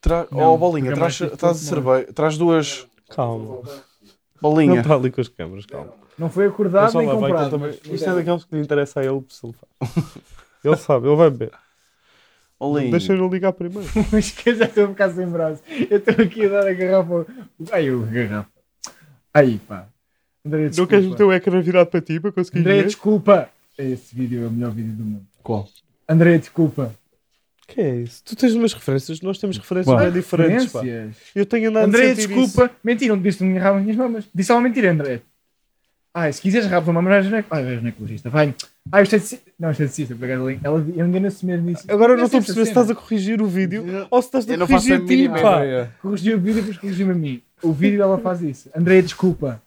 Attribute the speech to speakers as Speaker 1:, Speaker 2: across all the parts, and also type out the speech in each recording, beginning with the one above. Speaker 1: Tra...
Speaker 2: Não,
Speaker 1: oh, bolinha,
Speaker 2: porque é mais
Speaker 1: traz,
Speaker 2: difícil
Speaker 1: traz,
Speaker 2: de
Speaker 1: cerveja, traz duas.
Speaker 3: Calma. Não
Speaker 1: Bolinha.
Speaker 3: está ali com as câmaras, calma.
Speaker 2: Não foi
Speaker 3: Ele
Speaker 2: acordado
Speaker 3: só
Speaker 2: nem
Speaker 3: leva,
Speaker 2: Tá comprado.
Speaker 3: aquilo também- Isto é daqueles que lhe interessa a ele, por se ele faz. Ele sabe, ele vai beber.
Speaker 1: Bolinha.
Speaker 3: Deixa eu ligar primeiro.
Speaker 2: Mas que eu já estou a ficar sem braço. Eu estou aqui a dar a garrafa. ao- Ai, o garrafa. Aí, pá. André, desculpa.
Speaker 3: Não queres meter o ecrã virado para ti para conseguir
Speaker 2: André,
Speaker 3: ver?
Speaker 2: desculpa. Esse vídeo é o melhor vídeo do mundo.
Speaker 1: Qual?
Speaker 2: André, desculpa.
Speaker 3: que é isso? Tu tens umas referências, nós temos referências
Speaker 2: Pá,
Speaker 3: bem diferentes, É pá.
Speaker 2: referências.
Speaker 3: Eu tenho andado a
Speaker 2: André,
Speaker 3: sentir
Speaker 2: desculpa. Mentira, não disse que não rabo nas mamas. Disse só uma mentira, André. Ai, se quiseres rabo uma mamas, vais Ai, vais na colorista. Vai. Ai, o esteticista. Não, o esteticista, por acaso. Ela ela engana-se mesmo nisso.
Speaker 3: isso. Agora eu não
Speaker 2: Essa
Speaker 3: estou a perceber se
Speaker 2: é cena.
Speaker 3: estás a corrigir o vídeo ou se estás
Speaker 1: Eu
Speaker 3: a
Speaker 1: não faço a
Speaker 3: corrigir ti,
Speaker 1: mínima
Speaker 3: pá.
Speaker 1: ideia.
Speaker 2: Corrigiu o vídeo e depois corrigiu-me a mim. O vídeo ela faz isso. André, desculpa.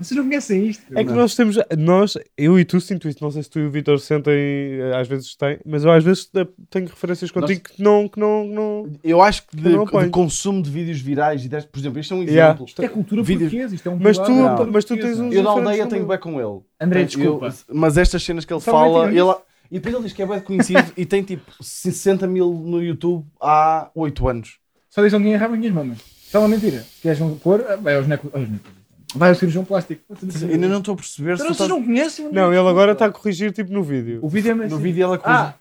Speaker 2: Vocês não conhecem isto?
Speaker 3: É que nós temos, nós, eu e tu sinto isso, não sei se tu e o Vitor sentem, eh, às vezes tem, mas eu às vezes eh, tenho referências contigo que não, que não, que não...
Speaker 1: Eu acho que de,
Speaker 3: Eu não apanho.
Speaker 1: de consumo de vídeos virais e deste, por exemplo, isto é um
Speaker 3: Yeah.
Speaker 1: exemplo.
Speaker 2: Isto é cultura
Speaker 1: Vídeos-
Speaker 2: portuguesa, isto é um
Speaker 3: Mas tu-
Speaker 2: pilar da cultura
Speaker 3: mas tu
Speaker 2: portuguesa.
Speaker 3: tens um-
Speaker 1: Eu na
Speaker 3: Diferentes
Speaker 1: aldeia
Speaker 3: também.
Speaker 1: tenho bué com ele.
Speaker 2: André,
Speaker 1: Eu-
Speaker 2: desculpa.
Speaker 1: mas estas cenas que ele
Speaker 2: Só
Speaker 1: fala,
Speaker 2: mentira.
Speaker 1: ele, e depois ele diz que é bem conhecido e tem tipo 60 mil no YouTube há 8 anos.
Speaker 2: Só deixam ninguém errar minhas mamas. Isto é uma mentira. Se queres não pôr, ah, vai aos neco... aos neco- Vai ao cirurgião plástico.
Speaker 1: Eu ainda não estou a perceber se
Speaker 2: Então
Speaker 1: tu
Speaker 2: vocês
Speaker 1: estás...
Speaker 2: não conhecem? o André,
Speaker 3: Não, ele
Speaker 2: desculpa.
Speaker 3: agora está a corrigir, tipo, no vídeo.
Speaker 2: O vídeo é mais...
Speaker 1: no vídeo ela com
Speaker 2: Ah!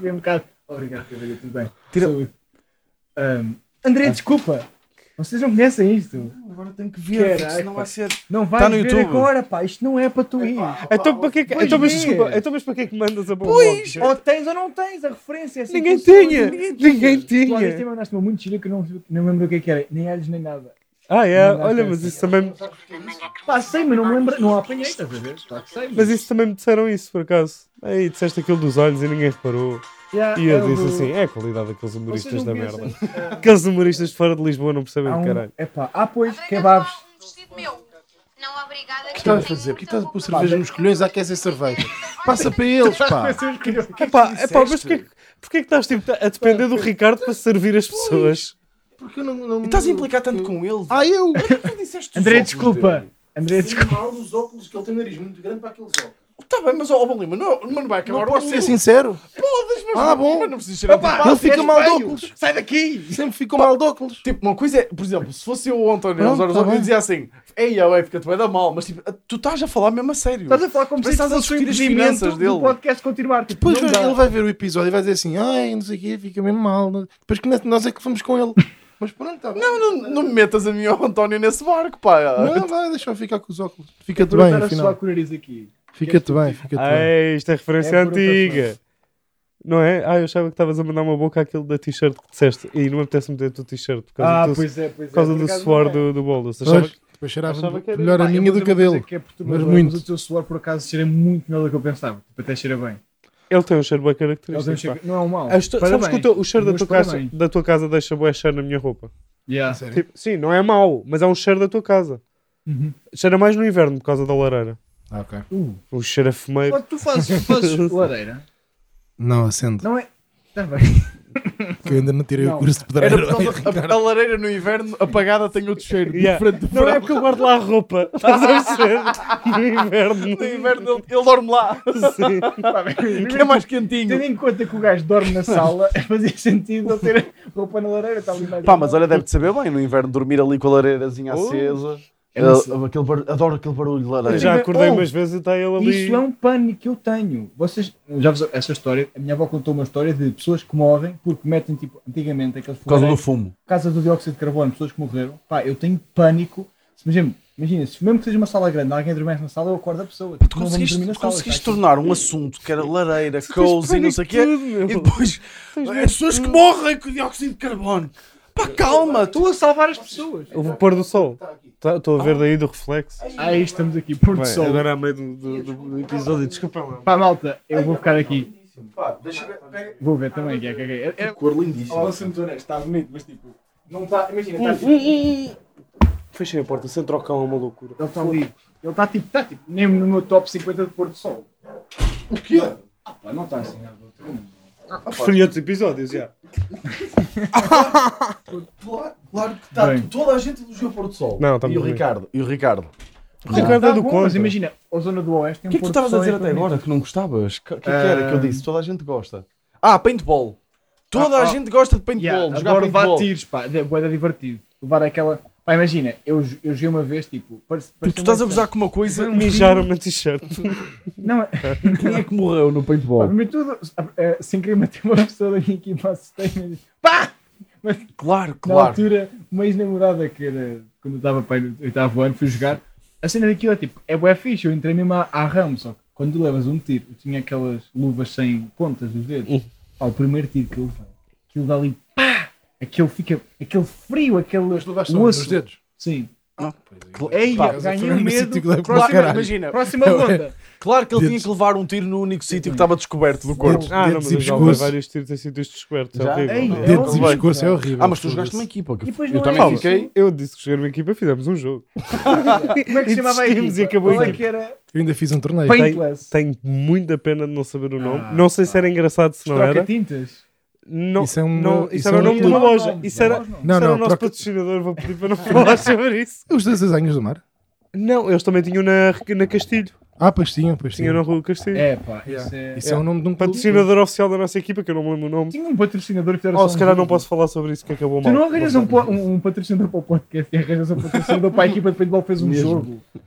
Speaker 2: Foi um bocado... Obrigado, Carvalho, tudo bem.
Speaker 1: Tira-
Speaker 2: Saúde. Ahm, André, desculpa. Vocês não conhecem isto.
Speaker 1: Agora tenho que ver,
Speaker 2: Caraca.
Speaker 1: porque senão vai ser.
Speaker 2: Não vais
Speaker 1: no
Speaker 2: ver
Speaker 1: YouTube.
Speaker 2: agora, pá. Isto não é para tu ir.
Speaker 3: Então, para que é que,
Speaker 2: Pois
Speaker 3: então, mas,
Speaker 2: é.
Speaker 3: desculpa, então, mas para que é que mandas a bomba?
Speaker 2: Pois, ou tens ou não tens a referência. é assim
Speaker 3: Ninguém
Speaker 2: que funciona.
Speaker 3: tinha, ninguém
Speaker 2: Tu há
Speaker 3: tinha.
Speaker 2: deste tempo mandaste uma muito gira que eu não, não lembro do que é que era, nem alhos nem nada.
Speaker 3: Ah, é,
Speaker 2: Não dá
Speaker 3: olha,
Speaker 2: para
Speaker 3: mas
Speaker 2: essa.
Speaker 3: isso também,
Speaker 2: Pá, sei, mas não
Speaker 1: Ah,
Speaker 2: me lembro,
Speaker 1: é
Speaker 2: não a apanhei, estás a ver? Pá, sei,
Speaker 3: mas isso também me disseram isso, por acaso. Aí, disseste aquilo dos olhos e ninguém reparou. E eu disse assim, é a qualidade daqueles humoristas da merda. Aqueles humoristas de fora de Lisboa não
Speaker 1: É.
Speaker 3: percebem
Speaker 2: Há
Speaker 3: de
Speaker 2: um,
Speaker 3: caralho.
Speaker 2: epá, ah, pois,
Speaker 4: André, dá-me
Speaker 2: kebabs.
Speaker 4: lá um vestido meu. Não, obrigada. Então
Speaker 5: que estás a fazer? Por que estás a pôr cerveja nos colhões a aquecer cerveja? Passa para eles, pá!
Speaker 3: Epá, epá, é mas porquê, que- porquê que estás tipo, a depender do Ricardo para servir as pessoas?
Speaker 5: Porque eu não. não...
Speaker 1: E estás a implicar tanto com ele? é
Speaker 5: Ah, tá eu!
Speaker 1: tu disseste os
Speaker 2: André,
Speaker 1: óculos
Speaker 2: desculpa.
Speaker 1: dele.
Speaker 2: André, desculpa.
Speaker 5: mal dos óculos, que ele tem um nariz muito grande para aqueles óculos.
Speaker 1: Tá bem, mas ó, oh, Lima, não, mas não vai acabar
Speaker 5: Não
Speaker 1: o
Speaker 5: posso ser um
Speaker 1: mundo.
Speaker 5: sincero.
Speaker 1: Podes, mas,
Speaker 5: Ah, bom.
Speaker 1: mas não precisas ser antipático.
Speaker 5: ele fica mal de óculos.
Speaker 1: Sai daqui!
Speaker 5: Sempre ficou mal de óculos.
Speaker 1: Tipo, uma coisa é, por exemplo, se fosse eu ontem, António, aos
Speaker 5: Pronto,
Speaker 1: horas
Speaker 5: tá
Speaker 1: eu
Speaker 5: bem.
Speaker 1: dizia assim: Ei, ué, fica-te bem da mal, mas tipo, tu estás a falar mesmo a sério.
Speaker 2: Estás a falar como se
Speaker 1: Mas estás a
Speaker 2: fosse um
Speaker 1: discutir as
Speaker 2: impedimento
Speaker 1: finanças
Speaker 2: do
Speaker 1: dele.
Speaker 2: podcast continuar. Tipo,
Speaker 5: Depois
Speaker 3: é,
Speaker 2: não
Speaker 5: vai-
Speaker 2: dá.
Speaker 5: ele vai ver o episódio e vai dizer assim: ai, não sei o quê, fica mesmo mal. Depois que nós- nós é que fomos com ele. Mas pronto, está bem.
Speaker 1: Não, não, não me metas a mim ao António nesse barco, pá.
Speaker 5: Não, vai, deixa eu ficar com os óculos. Fica-te
Speaker 2: Vou
Speaker 5: bem,
Speaker 2: estar a suar
Speaker 5: afinal.
Speaker 2: coloriz aqui.
Speaker 5: Fica-te bem, fica-te bem.
Speaker 3: Ai, isto é referência
Speaker 2: É por outra
Speaker 3: antiga. Não é? Ah, eu achava que estavas a mandar uma boca àquele da t-shirt que disseste. E não me apetece meter a tua t-shirt por causa
Speaker 2: Ah,
Speaker 3: do, teu-
Speaker 2: pois é, pois é.
Speaker 3: por causa
Speaker 2: por
Speaker 3: do
Speaker 2: acaso
Speaker 3: suor
Speaker 2: não é.
Speaker 3: do, do Boulos. Achava
Speaker 5: Pois, Depois cheirava
Speaker 3: achava que era-
Speaker 5: melhor
Speaker 2: Pá,
Speaker 5: a
Speaker 2: eu
Speaker 5: minha
Speaker 2: vou
Speaker 5: do
Speaker 2: dizer uma coisa
Speaker 5: cabelo.
Speaker 2: que é perturbadora,
Speaker 5: mas muito.
Speaker 2: Mas o teu suor, por acaso, cheira muito melhor do que eu pensava. Tipo, até cheira bem.
Speaker 3: que ele tem um cheiro bem
Speaker 2: Eles não,
Speaker 3: característico. pá.
Speaker 2: chegam- não é um mal.
Speaker 3: Ah, isto- Sabes que o, teu- o cheiro da
Speaker 2: Meus
Speaker 3: tua, casa,
Speaker 2: parabéns.
Speaker 3: da tua casa deixa boa cheiro na minha roupa.
Speaker 2: Yeah.
Speaker 5: Sério.
Speaker 3: Tipo, sim, não é mau, mas é um cheiro da tua casa.
Speaker 2: Uhum.
Speaker 3: Cheira mais no inverno por causa da lareira.
Speaker 5: Ah, ok.
Speaker 3: O cheiro a fumeiro.
Speaker 2: Quando tu fazes, fazes lareira,
Speaker 5: Não, acende.
Speaker 2: não é. Está bem.
Speaker 5: Que eu ainda não tirei
Speaker 2: Não.
Speaker 5: o curso de
Speaker 1: Era
Speaker 5: pedreiro.
Speaker 1: por causa a, a lareira no inverno apagada tem outro cheiro.
Speaker 3: Yeah.
Speaker 1: Diferente do
Speaker 3: Não é
Speaker 1: verão.
Speaker 3: porque eu guardo lá a roupa. Estás a perceber? No inverno.
Speaker 1: No inverno ele, ele dorme lá,
Speaker 3: Sim.
Speaker 2: Tá bem.
Speaker 1: que é mais quentinho.
Speaker 2: Tendo em conta que o gajo dorme na sala, fazia sentido ele ter roupa na lareira. Está ali mais
Speaker 1: Pá, mas olha, deve-te saber bem, no inverno dormir ali com a lareirazinha
Speaker 3: Oh.
Speaker 1: acesa.
Speaker 2: É
Speaker 1: Ah,
Speaker 2: isso.
Speaker 1: aquele bar- Adoro aquele barulho de lareira.
Speaker 2: Eu
Speaker 3: Já acordei
Speaker 2: Oh,
Speaker 3: umas vezes e está ele ali.
Speaker 2: Isso é um pânico que eu tenho. Vocês, já vos, essa história, a minha avó contou uma história de pessoas que morrem porque metem, tipo, antigamente aqueles
Speaker 1: Por causa do
Speaker 2: fogareiros-
Speaker 1: fumo.
Speaker 2: casa do dióxido de carbono, pessoas que morreram, pá, eu tenho pânico. Se, por exemplo, imagina, se mesmo que seja uma sala grande, alguém adormece na sala, eu acordo a pessoa. Tipo,
Speaker 1: Tu
Speaker 2: Não vamos
Speaker 1: conseguiste,
Speaker 2: dormir na
Speaker 1: tu
Speaker 2: sala,
Speaker 1: conseguiste
Speaker 2: tá aqui.
Speaker 1: tornar um assunto que era lareira,
Speaker 3: Tu tens
Speaker 1: cozy, não sei o
Speaker 3: pânico
Speaker 1: quê,
Speaker 3: tudo, meu.
Speaker 1: e depois
Speaker 3: Tens
Speaker 1: as
Speaker 3: medo de
Speaker 1: pessoas que
Speaker 3: tudo.
Speaker 1: morrem com dióxido de carbono. Pá, calma, tu
Speaker 2: Estou a salvar as pessoas.
Speaker 3: O pôr do sol. Tá- Estou a ver daí do reflexo.
Speaker 2: Aí Ah, estamos aqui, pôr do
Speaker 3: Bem,
Speaker 2: sol.
Speaker 3: agora é a meio do, do- do- do episódio, desculpa lá.
Speaker 2: Pá, malta, eu vou ficar aqui.
Speaker 1: Pá, deixa eu ver, pega-
Speaker 2: Vou ver também, que é caguei. É, é...
Speaker 1: Cor lindíssima.
Speaker 2: Oh, somos honestos, está bonito, mas tipo, não está, imagina, está tipo,
Speaker 3: Fechei a porta, sem trocar é uma loucura.
Speaker 2: ele está ali. Ele está tipo, está tipo, nem no meu top 50 de pôr do sol. O quê? Ah, pá, não está assim, nada do outro mundo.
Speaker 3: Preferia outros episódios, já.
Speaker 1: Claro, claro que tá.
Speaker 2: Bem.
Speaker 1: Toda a gente elogiou o Porto Sol.
Speaker 3: Não, tá
Speaker 1: e o
Speaker 3: bem.
Speaker 1: Ricardo. E o Ricardo.
Speaker 3: O Ricardo é
Speaker 2: Tá
Speaker 3: do
Speaker 2: bom, Mas
Speaker 3: contra.
Speaker 2: imagina, a zona do Oeste tem
Speaker 1: O que é que tu
Speaker 2: Porto
Speaker 1: estavas a
Speaker 2: Sol
Speaker 1: dizer
Speaker 2: é
Speaker 1: até
Speaker 2: bonito.
Speaker 1: agora que não gostavas? O que, que é que era que eu disse? Toda a gente gosta. Ah, paintball. Toda
Speaker 2: Ah,
Speaker 1: a
Speaker 2: ah.
Speaker 1: gente gosta de paintball.
Speaker 2: Yeah,
Speaker 1: jogar
Speaker 2: adoro levar
Speaker 1: paintball.
Speaker 2: tiros, pá, é bué da divertido. Levar aquela. Pá, imagina, eu, eu joguei uma vez, tipo. Parece,
Speaker 1: Tu, tu estás a gozar com uma coisa.
Speaker 3: Mijaram-me a t-shirt.
Speaker 2: Não, é-
Speaker 1: Quem é que morreu no
Speaker 2: pá,
Speaker 1: paintball?
Speaker 2: primeiro de tudo, eh, sem querer matar uma pessoa da minha equipa, assustei, mas. Pá!
Speaker 1: Claro,
Speaker 2: Na
Speaker 1: claro.
Speaker 2: altura, uma ex-namorada que era quando eu estava para no oitavo ano, fui jogar. A cena daquilo é tipo, é bué fixe, eu entrei mesmo à, à ramo, só que quando tu levas um tiro, eu tinha aquelas luvas sem pontas dos dedos.
Speaker 3: Uhum.
Speaker 2: Pá, o primeiro tiro que ele vai, aquilo dá ali, pá! Aquele fica, aquele frio, aquele.
Speaker 5: Mas levaste
Speaker 2: o
Speaker 5: onde?
Speaker 2: osso.
Speaker 5: Nos dedos.
Speaker 2: Sim.
Speaker 1: Cla-
Speaker 2: Ei,
Speaker 1: pá,
Speaker 5: mas
Speaker 2: ganhei
Speaker 5: foi
Speaker 2: o
Speaker 5: no
Speaker 2: medo.
Speaker 5: sítio que
Speaker 1: Claro,
Speaker 5: leva para o
Speaker 2: próxima,
Speaker 5: caralho.
Speaker 1: imagina,
Speaker 2: próxima ronda.
Speaker 1: claro que ele
Speaker 5: Dedos.
Speaker 1: tinha que levar um tiro no único sítio que estava descoberto do corpo.
Speaker 5: Dedos.
Speaker 3: Ah, não, mas
Speaker 5: e
Speaker 3: eu já levei
Speaker 5: pescoço.
Speaker 3: vários tiros em sítios descobertos. É
Speaker 1: Já?
Speaker 3: horrível.
Speaker 2: Ei,
Speaker 3: É.
Speaker 2: Deus.
Speaker 5: Dedos e
Speaker 2: Bem.
Speaker 5: pescoço é horrível.
Speaker 1: Ah, mas tu jogaste numa equipa.
Speaker 2: E
Speaker 1: Que
Speaker 2: depois
Speaker 1: eu
Speaker 2: não
Speaker 1: também
Speaker 2: é isso.
Speaker 1: fiquei.
Speaker 3: Eu disse que cheguei numa equipa, fizemos um jogo.
Speaker 2: Como é que se chamava a
Speaker 3: Desistimos e
Speaker 2: equipa?
Speaker 3: acabou a
Speaker 2: Qual é
Speaker 3: equipa.
Speaker 2: que era?
Speaker 5: Eu ainda fiz um torneio.
Speaker 3: Tem-
Speaker 2: Paintless.
Speaker 3: Tenho muita pena de não saber o nome.
Speaker 2: Ah,
Speaker 3: não sei se era engraçado, se não era.
Speaker 2: Troca-tintas.
Speaker 3: Não,
Speaker 5: Isso é um-
Speaker 3: não,
Speaker 5: isso
Speaker 3: isso
Speaker 5: é
Speaker 3: era o
Speaker 5: um
Speaker 3: nome de
Speaker 5: clube.
Speaker 3: uma loja.
Speaker 2: Não,
Speaker 3: Isso era,
Speaker 2: não, não.
Speaker 3: isso era
Speaker 5: Não,
Speaker 3: o
Speaker 5: não,
Speaker 3: nosso
Speaker 5: troca-
Speaker 3: patrocinador. Vou pedir para não falar sobre isso.
Speaker 5: Os dois desenhos do mar.
Speaker 3: Não, eles também tinham na, na Castilho.
Speaker 5: Ah, pois tinham, pois
Speaker 3: Tinham
Speaker 5: tinham.
Speaker 3: na Rua Castilho.
Speaker 2: É pá, isso é.
Speaker 5: Isso é o nome de um clube.
Speaker 3: Patrocinador oficial da nossa equipa, que eu não me lembro o nome.
Speaker 2: Tinha um patrocinador que era
Speaker 3: Oh,
Speaker 2: só
Speaker 3: se
Speaker 2: um
Speaker 3: calhar
Speaker 2: jogo.
Speaker 3: não posso falar sobre isso, que acabou
Speaker 2: Tu
Speaker 3: mal.
Speaker 2: não arranjas um,
Speaker 3: Não
Speaker 2: po- um- um patrocinador para o podcast e arranjas um patrocinador para a equipa de paintball que fez um
Speaker 1: Mesmo.
Speaker 2: jogo.
Speaker 3: sei.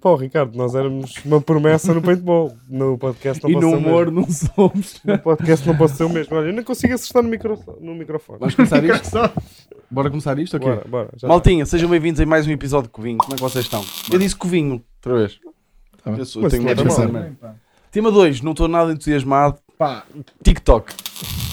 Speaker 3: Pá, Ricardo, nós éramos uma promessa no paintball. No podcast não
Speaker 1: E
Speaker 3: posso
Speaker 1: no
Speaker 3: ser o mesmo.
Speaker 1: humor não somos.
Speaker 3: No podcast não posso ser o mesmo. Olha, eu não consigo acertar no, micro... no microfone.
Speaker 1: Vamos começar isto? Bora começar isto? Ok.
Speaker 3: Bora, bora. já
Speaker 1: Maltinha, sejam bem-vindos a mais um episódio de Covinho. Como é que vocês estão? Eu disse Covinho, outra vez.
Speaker 5: Tá bem.
Speaker 1: Eu sou-
Speaker 3: Mas
Speaker 1: tenho
Speaker 3: é
Speaker 1: uma
Speaker 3: normal.
Speaker 1: terceira mente.
Speaker 2: Também, pá.
Speaker 1: Tema 2, não estou nada entusiasmado.
Speaker 2: Pá,
Speaker 1: TikTok.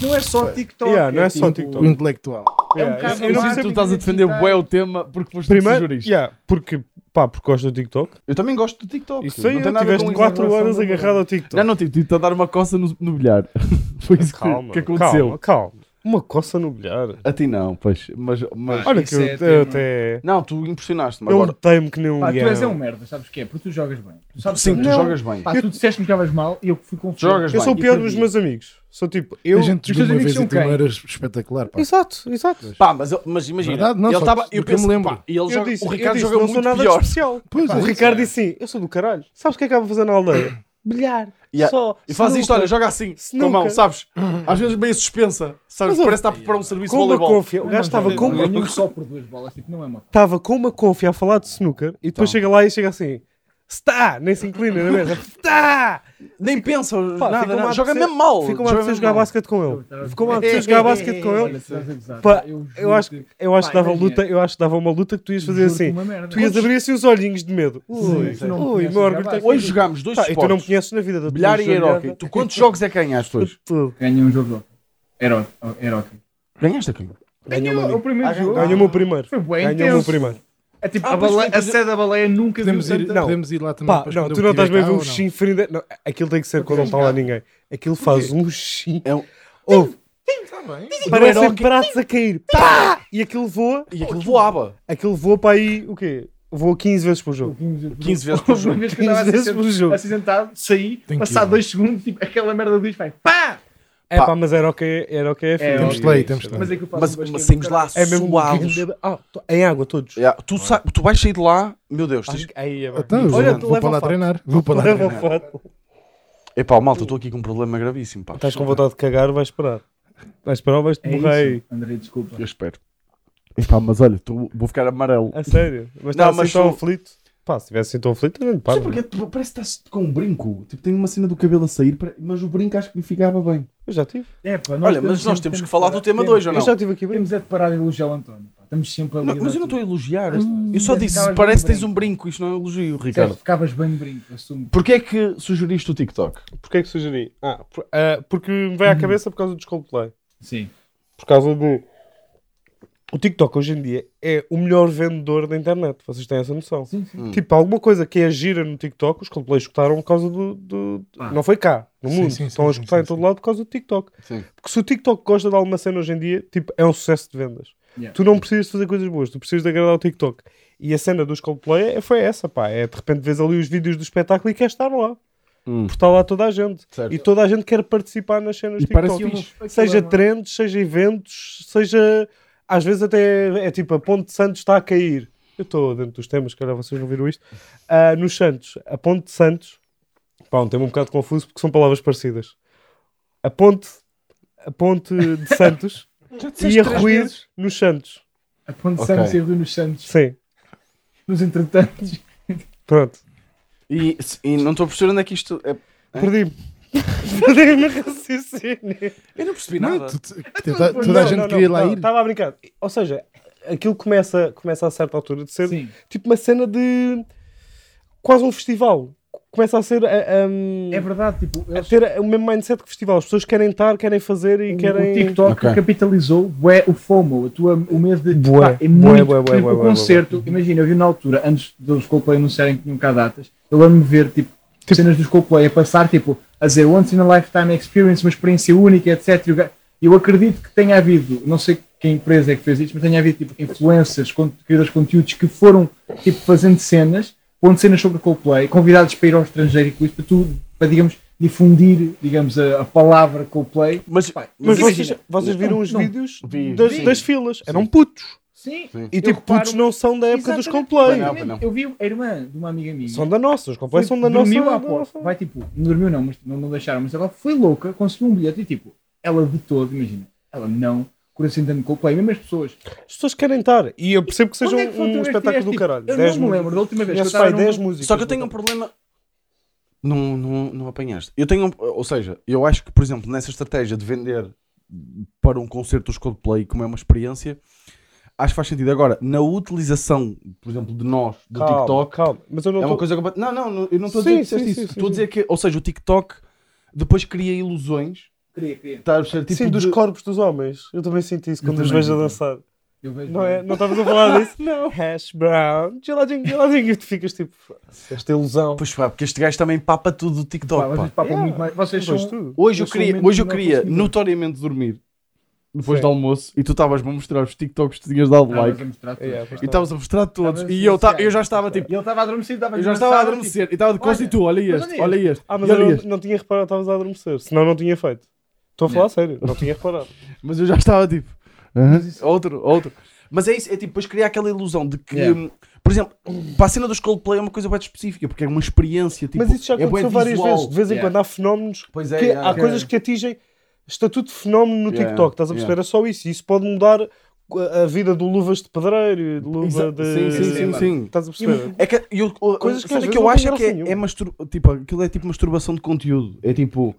Speaker 2: não é só TikTok.
Speaker 3: Yeah, não é só
Speaker 2: tipo-
Speaker 5: O
Speaker 3: TikTok.
Speaker 5: intelectual.
Speaker 3: está.
Speaker 2: é um
Speaker 3: Yeah,
Speaker 2: bocado
Speaker 3: eu não
Speaker 2: mais-
Speaker 3: sei
Speaker 1: tu
Speaker 2: porque
Speaker 1: estás a defender
Speaker 2: digitar-
Speaker 1: bué o tema porque foste
Speaker 3: Primeiro,
Speaker 1: jurista.
Speaker 3: yeah, porque, pá, porque gosto do TikTok.
Speaker 1: Eu também gosto do TikTok.
Speaker 3: Isso aí,
Speaker 1: não tem
Speaker 3: eu
Speaker 1: nada com
Speaker 3: tiveste
Speaker 1: isso.
Speaker 3: 4
Speaker 2: relação
Speaker 3: horas
Speaker 2: do-
Speaker 3: agarrado ao TikTok.
Speaker 1: Não, não tive. Tive-te a dar uma coça no, no bilhar. Foi isso que-
Speaker 3: calma,
Speaker 1: que, aconteceu.
Speaker 3: Calma, calma. Uma coça no bilhar.
Speaker 1: A ti não, pois. Mas, mas...
Speaker 2: Ah.
Speaker 3: Olha que
Speaker 2: Isso
Speaker 3: eu,
Speaker 2: é
Speaker 3: eu
Speaker 2: tema.
Speaker 3: até...
Speaker 1: Não, tu impressionaste-me
Speaker 3: Eu
Speaker 1: agora.
Speaker 3: lutei-me que nem um
Speaker 2: Pá, tu
Speaker 3: leão.
Speaker 2: és um merda, sabes o que é? Porque tu jogas bem. Tu sabes
Speaker 1: Sim,
Speaker 2: que-
Speaker 1: tu
Speaker 2: Não.
Speaker 1: jogas bem.
Speaker 2: Pá, tu disseste-me que jogavas mal e eu fui confuso.
Speaker 1: Jogas
Speaker 3: Eu
Speaker 1: bem.
Speaker 3: sou o
Speaker 2: e
Speaker 3: pior
Speaker 2: perdi.
Speaker 3: dos meus amigos. Sou tipo, eu...
Speaker 5: A gente
Speaker 2: os
Speaker 5: jogou
Speaker 2: teus
Speaker 5: uma
Speaker 2: amigos
Speaker 5: vez
Speaker 2: são
Speaker 5: e tu não
Speaker 2: quem?
Speaker 5: eras espetacular. pá.
Speaker 3: Exato, exato.
Speaker 1: Pá, mas, eu- mas imagina.
Speaker 5: Verdade, não,
Speaker 1: ele
Speaker 5: só
Speaker 1: tava,
Speaker 5: que-
Speaker 1: eu
Speaker 5: porque eu
Speaker 1: penso,
Speaker 5: me lembro.
Speaker 1: pá, e ele
Speaker 3: eu
Speaker 1: joga,
Speaker 3: disse,
Speaker 1: o Ricardo
Speaker 3: eu disse,
Speaker 1: joga
Speaker 3: não sou
Speaker 1: muito
Speaker 3: nada
Speaker 1: pior.
Speaker 3: de especial.
Speaker 5: Pois
Speaker 3: o
Speaker 5: é.
Speaker 3: Ricardo disse sim, eu sou do caralho. Sabes o que é que acaba fazer na aldeia? Bilhar.
Speaker 1: Yeah.
Speaker 3: Só.
Speaker 1: E faz isto,
Speaker 3: snooker.
Speaker 1: olha, joga assim,
Speaker 3: Snooker.
Speaker 1: com a mão, sabes? Às vezes meio suspensa, sabes?
Speaker 3: Mas,
Speaker 1: Parece
Speaker 3: ó,
Speaker 1: que está a preparar um serviço de
Speaker 3: Com uma
Speaker 1: voleibol.
Speaker 3: confia. O
Speaker 2: Não,
Speaker 3: gajo estava
Speaker 2: não,
Speaker 3: com
Speaker 2: não,
Speaker 3: uma
Speaker 2: ganhou só por duas bolas, tipo, não é uma.
Speaker 3: estava com uma confia a falar de snooker e
Speaker 1: Então.
Speaker 3: depois chega lá e chega assim. Está! Nem se inclina é na mesa. Está!
Speaker 1: Nem pensa,
Speaker 3: Pá,
Speaker 1: nada,
Speaker 3: ficou-me a
Speaker 1: nada. joga
Speaker 3: apetecer-
Speaker 1: mesmo mal.
Speaker 3: Ficou-me a
Speaker 1: joga
Speaker 3: apetecer
Speaker 1: mesmo
Speaker 3: jogar
Speaker 1: mal.
Speaker 3: basquete com
Speaker 2: tá.
Speaker 3: ele. Ficou-me a apetecer jogar basquete com ele. Pá,
Speaker 2: Pá,
Speaker 3: Eu acho, que- eu acho que
Speaker 2: Pá,
Speaker 3: dava
Speaker 2: imagina.
Speaker 3: luta, eu acho que dava uma luta que tu ias fazer assim. Tu ias abrir assim os olhinhos de medo. Ui,
Speaker 2: sim.
Speaker 3: ui,
Speaker 2: Não
Speaker 3: meu orgulho
Speaker 2: conheces
Speaker 3: está
Speaker 2: jogar
Speaker 3: aqui.
Speaker 1: Hoje jogámos dois
Speaker 3: Tá, e tu não me
Speaker 1: esportes,
Speaker 3: conheces na vida da tua
Speaker 1: bilhar e
Speaker 3: joelhada.
Speaker 1: aeróquio. Tu quantos jogos é que ganhaste hoje?
Speaker 3: Tudo.
Speaker 2: Ganhei um jogo de Era Era ok.
Speaker 1: Ganhaste aqui.
Speaker 3: Ganhou uma
Speaker 2: o primeiro jogo.
Speaker 3: Ganhou o meu primeiro.
Speaker 2: Foi bem
Speaker 3: Ganhou o meu
Speaker 2: intenso.
Speaker 3: primeiro.
Speaker 2: É tipo,
Speaker 1: Ah,
Speaker 2: a,
Speaker 1: pois
Speaker 2: baleia,
Speaker 1: foi,
Speaker 2: a sede da baleia nunca
Speaker 5: Podemos
Speaker 2: viu
Speaker 5: ir,
Speaker 2: tanta...
Speaker 5: podemos ir lá também.
Speaker 3: Pá,
Speaker 5: para
Speaker 3: não,
Speaker 5: esconder o
Speaker 3: tu não
Speaker 5: que tiver
Speaker 3: estás bem a
Speaker 5: cá
Speaker 3: ver um
Speaker 5: ou não?
Speaker 3: xim frio. Não, aquilo tem que ser quando não está lá ninguém. Aquilo faz um xim.
Speaker 1: É um-
Speaker 3: Ouve, tá
Speaker 5: Está bem.
Speaker 3: parecem
Speaker 1: aeróbico.
Speaker 3: pratos a cair. Pá! E aquilo voa.
Speaker 1: E aquilo voava.
Speaker 3: Aquilo voa para aí, o quê? Voa 15 vezes por jogo.
Speaker 1: 15 vezes por jogo.
Speaker 2: Uma vez que
Speaker 3: 15
Speaker 2: andava
Speaker 3: vezes
Speaker 2: assim,
Speaker 3: por jogo.
Speaker 2: assim sentado, saí,
Speaker 5: Tem que
Speaker 2: passar
Speaker 5: ir.
Speaker 2: dois segundos, tipo, aquela merda do vai pá!
Speaker 3: É pá, mas era ok, era ok. É, fixe.
Speaker 5: Temos de lei, temos de lei.
Speaker 2: Mas é que eu faço
Speaker 1: Mas,
Speaker 2: um
Speaker 1: mas
Speaker 2: basquete,
Speaker 1: saímos
Speaker 2: cara.
Speaker 1: lá
Speaker 3: É mesmo
Speaker 1: suados.
Speaker 3: grande- Ah, tô- em água, todos.
Speaker 1: Yeah, tu, sa- tu vais sair de lá, meu Deus. Tens...
Speaker 3: Aí é bem.
Speaker 5: Então, eu
Speaker 3: Olha,
Speaker 5: vou,
Speaker 3: tu
Speaker 5: vou
Speaker 3: leva
Speaker 5: para
Speaker 3: o
Speaker 5: lá
Speaker 3: fato.
Speaker 5: treinar. Vou para lá
Speaker 3: Leva o
Speaker 5: treinar.
Speaker 3: fato.
Speaker 1: Epá, malta, estou aqui com um problema gravíssimo, pá.
Speaker 3: Estás com vontade de cagar, vais esperar. Vais esperar ou vais-te
Speaker 2: É
Speaker 3: morrer aí.
Speaker 2: isso, André, desculpa.
Speaker 1: Eu espero. Epá, mas olha, tu- vou ficar amarelo.
Speaker 3: A sério. Mas
Speaker 1: Não,
Speaker 3: estás
Speaker 1: mas
Speaker 3: assim tão
Speaker 1: sou-
Speaker 3: aflito. Pá, se tivesse assim tão aflito, eu não
Speaker 1: Não
Speaker 3: paro.
Speaker 1: sei porque, tu- parece que estás com um brinco. Tipo, tem uma cena do cabelo a sair, pare- mas o brinco acho que lhe ficava bem.
Speaker 3: Eu já tive.
Speaker 2: É, pá,
Speaker 1: Olha, mas nós
Speaker 2: sempre-
Speaker 1: temos que falar do tema
Speaker 2: temos-
Speaker 1: 2, ou
Speaker 3: Eu
Speaker 1: não?
Speaker 3: já tive aqui bem.
Speaker 2: Temos é de parar de elogiar o António. pá. Estamos sempre a
Speaker 1: Não,
Speaker 2: ligar
Speaker 1: mas eu não estou a elogiar. eu só
Speaker 2: deve
Speaker 1: disse,
Speaker 2: ficar
Speaker 1: parece que
Speaker 2: bem
Speaker 1: tens um brinco. Isto não é um elogio,
Speaker 2: Certo,
Speaker 1: Ricardo.
Speaker 2: ficavas bem de brinco, assumo.
Speaker 1: Porquê é que sugeriste o TikTok?
Speaker 3: Porquê é que sugeri? Ah, por- ah, porque me veio à cabeça por causa do Coldplay.
Speaker 2: Sim.
Speaker 3: Por causa de... O TikTok hoje em dia é o melhor vendedor da internet. Vocês têm essa noção.
Speaker 2: Sim,
Speaker 1: Hum.
Speaker 2: sim.
Speaker 3: Tipo, alguma coisa que é gira no TikTok, os Coldplay escutaram por causa do... do-
Speaker 2: Ah.
Speaker 3: Não foi cá, no
Speaker 5: Sim,
Speaker 3: mundo.
Speaker 5: sim, sim,
Speaker 3: Estão a
Speaker 5: sim,
Speaker 3: escutar
Speaker 5: sim,
Speaker 3: em todo
Speaker 5: sim.
Speaker 3: lado por causa do TikTok.
Speaker 1: Sim.
Speaker 3: Porque se o TikTok gosta de alguma cena hoje em dia, tipo, é um sucesso de vendas.
Speaker 2: Yeah.
Speaker 3: Tu não precisas de fazer coisas boas, tu precisas de agradar o TikTok. E a cena dos Coldplay é- foi essa, pá. É, de repente vês ali os vídeos do espetáculo e queres estar lá.
Speaker 1: Hum.
Speaker 3: Porque está lá toda a gente.
Speaker 1: Certo.
Speaker 3: E toda a gente quer participar nas cenas
Speaker 1: E parece
Speaker 3: TikTok.
Speaker 1: fixe.
Speaker 2: Aquilo
Speaker 3: Seja
Speaker 2: é uma-
Speaker 3: trends, seja eventos, seja... Às vezes até é tipo, a Ponte Santos está a cair. Eu estou dentro dos temas, se calhar vocês não viram isto. Ah, nos Santos, a Ponte Santos... Pá, um tema um bocado confuso porque são palavras parecidas. A ponte a ponte de Santos e a ruir nos Santos.
Speaker 2: A Ponte
Speaker 1: Ok.
Speaker 2: okay. Santos e Rui nos Santos.
Speaker 3: Sim,
Speaker 2: Nos entretantos.
Speaker 3: pronto.
Speaker 1: E, e não estou a perceber onde é que isto. é-
Speaker 3: Perdi-me. Perdi-me no raciocínio.
Speaker 1: Eu não é percebi
Speaker 5: Não,
Speaker 1: nada.
Speaker 5: tu- tu- toda- Toda a
Speaker 3: Não,
Speaker 5: gente
Speaker 3: não,
Speaker 5: queria
Speaker 3: não,
Speaker 5: lá
Speaker 3: não,
Speaker 5: ir.
Speaker 3: Estava a brincar. Ou seja, aquilo começa, começa a certa altura de ser
Speaker 2: Sim.
Speaker 3: tipo uma cena de quase um festival. Começa a ser a, a-
Speaker 2: É verdade, tipo,
Speaker 3: a
Speaker 2: eles-
Speaker 3: ter eh, o mesmo mindset que o festival. As pessoas querem estar, querem fazer e
Speaker 2: o-
Speaker 3: querem.
Speaker 2: o TikTok
Speaker 1: Ok.
Speaker 2: capitalizou bué, o FOMO, a tua, o medo de.
Speaker 3: Bué,
Speaker 2: é
Speaker 3: bué,
Speaker 2: muito,
Speaker 3: bué, bué,
Speaker 2: tipo,
Speaker 3: bué,
Speaker 2: o
Speaker 3: bué,
Speaker 2: concerto, imagina, eu vi na altura, antes dos Coldplay anunciarem que tinham cá datas, eu lembro-me de ver tipo, cenas dos Coldplay a passar, tipo, a dizer Once in a Lifetime Experience, uma experiência única, etc. E o ga- Eu acredito que tenha havido, não sei que empresa é que fez isto, mas tenha havido tipo, influencers, con- criadores de conteúdos que foram tipo, fazendo cenas, pondo cenas sobre Coldplay, convidados para ir ao estrangeiro e com isso, para, tu, para digamos, difundir digamos, a, a palavra Coldplay.
Speaker 1: Mas,
Speaker 3: Mas
Speaker 1: imagina-
Speaker 3: vocês, vocês viram os
Speaker 2: Não, não.
Speaker 3: vídeos
Speaker 1: Vi,
Speaker 3: das,
Speaker 1: vi.
Speaker 3: das filas? Eram putos.
Speaker 2: Sim,
Speaker 3: E tipo,
Speaker 2: reparo-
Speaker 3: putos não são da época dos
Speaker 2: Exatamente.
Speaker 3: Coldplay.
Speaker 1: Não,
Speaker 2: Exatamente.
Speaker 1: não.
Speaker 2: Eu vi a irmã de uma amiga minha.
Speaker 3: São da nossa. Os Coldplay
Speaker 2: Foi-
Speaker 3: são da nossa.
Speaker 2: dormiu
Speaker 3: da
Speaker 2: à porta.
Speaker 3: nossa-
Speaker 2: Vai tipo, não dormiu não, mas não, não deixaram, mas ela foi louca, conseguiu um bilhete e tipo, ela de todo, imagina, ela não, coração dando Coldplay, mesmo as pessoas.
Speaker 3: As pessoas querem estar. E eu percebo que seja
Speaker 2: Quando é
Speaker 3: um-
Speaker 2: que foi a
Speaker 3: um
Speaker 2: última vez que
Speaker 3: espetáculo
Speaker 2: tiveste,
Speaker 3: do
Speaker 2: tipo,
Speaker 3: caralho.
Speaker 2: Eu
Speaker 3: Dez
Speaker 2: não me
Speaker 3: músicas.
Speaker 2: lembro é da última vez que eu
Speaker 3: Conheces,
Speaker 2: estava
Speaker 3: pai,
Speaker 2: num-
Speaker 3: 10 músicas.
Speaker 1: Só que eu tenho um problema. Não, não, não apanhaste. Eu tenho um- Ou seja, eu acho que, por exemplo, nessa estratégia de vender para um concerto dos Coldplay como é uma experiência, acho que faz sentido. Agora, na utilização, por exemplo, de nós, do
Speaker 3: Calma,
Speaker 1: TikTok,
Speaker 3: Calma, mas eu não
Speaker 1: é
Speaker 3: tô-
Speaker 1: uma coisa completamente. Não, não, não, eu não estou a dizer
Speaker 3: Sim,
Speaker 1: que disseste
Speaker 3: sim,
Speaker 1: isso.
Speaker 3: sim, sim,
Speaker 1: Estou a
Speaker 3: sim.
Speaker 1: dizer que, ou seja, o TikTok depois cria ilusões.
Speaker 2: Queria, queria.
Speaker 1: Tá, tipo
Speaker 3: Sim, dos
Speaker 1: de...
Speaker 3: corpos dos homens. Eu também sinto isso
Speaker 2: Eu
Speaker 3: quando os
Speaker 2: também
Speaker 3: vejo a
Speaker 2: sinto.
Speaker 3: dançar.
Speaker 2: Eu vejo.
Speaker 3: Não é? Não estavas a falar disso? Não. Hash brown, geladinho, geladinho. E tu ficas tipo, esta ilusão.
Speaker 1: Pois pá, porque este gajo também papa tudo do TikTok.
Speaker 2: Pá, vocês
Speaker 1: pá.
Speaker 2: papam
Speaker 3: Yeah.
Speaker 2: muito mais. Vocês são.
Speaker 3: Pois tudo.
Speaker 1: Hoje eu,
Speaker 2: Eu sou
Speaker 1: queria,
Speaker 2: mesmo
Speaker 1: hoje eu
Speaker 3: é
Speaker 2: não
Speaker 1: queria
Speaker 2: consumidor.
Speaker 1: notoriamente dormir depois
Speaker 3: Sim.
Speaker 1: do almoço e tu estavas-me a mostrar os TikToks que tinhas dado
Speaker 3: Ah,
Speaker 2: Não, Ah, mas
Speaker 1: like.
Speaker 2: vamos tratar tudo.
Speaker 3: Yeah,
Speaker 1: E
Speaker 3: pois tá.
Speaker 1: estavas a mostrar todos.
Speaker 2: Estavas
Speaker 1: E eu, ta-
Speaker 2: viciado.
Speaker 1: eu já estava tipo.
Speaker 2: E ele estava adormecido, estava
Speaker 1: Eu já estava a adormecer. E estava de costas
Speaker 2: olha,
Speaker 1: e tu, olha
Speaker 2: mas
Speaker 1: este,
Speaker 2: olha
Speaker 1: olha este.
Speaker 3: Ah, tipo, mas
Speaker 1: e
Speaker 3: eu
Speaker 1: olha
Speaker 3: não,
Speaker 1: este.
Speaker 3: não tinha reparado, estavas a adormecer. Senão não tinha feito. Estou a falar a sério, não tinha reparado.
Speaker 1: Mas eu já estava tipo. "Hã? Outro, outro. Mas é isso, é tipo, depois criar aquela ilusão de que.
Speaker 2: Yeah.
Speaker 1: hum, Por exemplo, para a cena dos Coldplay é uma coisa bem específica, porque é uma experiência. Tipo,
Speaker 3: mas isso já
Speaker 1: é bué
Speaker 3: aconteceu várias
Speaker 1: visual.
Speaker 3: vezes. De vez em
Speaker 2: Yeah.
Speaker 3: quando há fenómenos.
Speaker 1: Pois é,
Speaker 3: que
Speaker 1: yeah.
Speaker 3: há coisas que te atingem estatuto de fenómeno no
Speaker 1: Yeah,
Speaker 3: TikTok, estás a perceber?
Speaker 1: yeah.
Speaker 3: É só isso. E isso pode mudar a- a vida do Luvas de Pedreiro, de Luva
Speaker 1: Exa-
Speaker 3: de.
Speaker 1: Sim, sim, sim, sim.
Speaker 3: Estás a perceber?
Speaker 1: É que eu,
Speaker 3: Coisas
Speaker 1: a
Speaker 3: que
Speaker 1: cena
Speaker 3: às
Speaker 1: que,
Speaker 3: vezes
Speaker 1: eu
Speaker 3: não
Speaker 1: acho
Speaker 3: têm
Speaker 1: é que é,
Speaker 3: graça
Speaker 1: é
Speaker 3: nenhuma.
Speaker 1: mastur... tipo, aquilo é tipo masturbação de conteúdo. É tipo.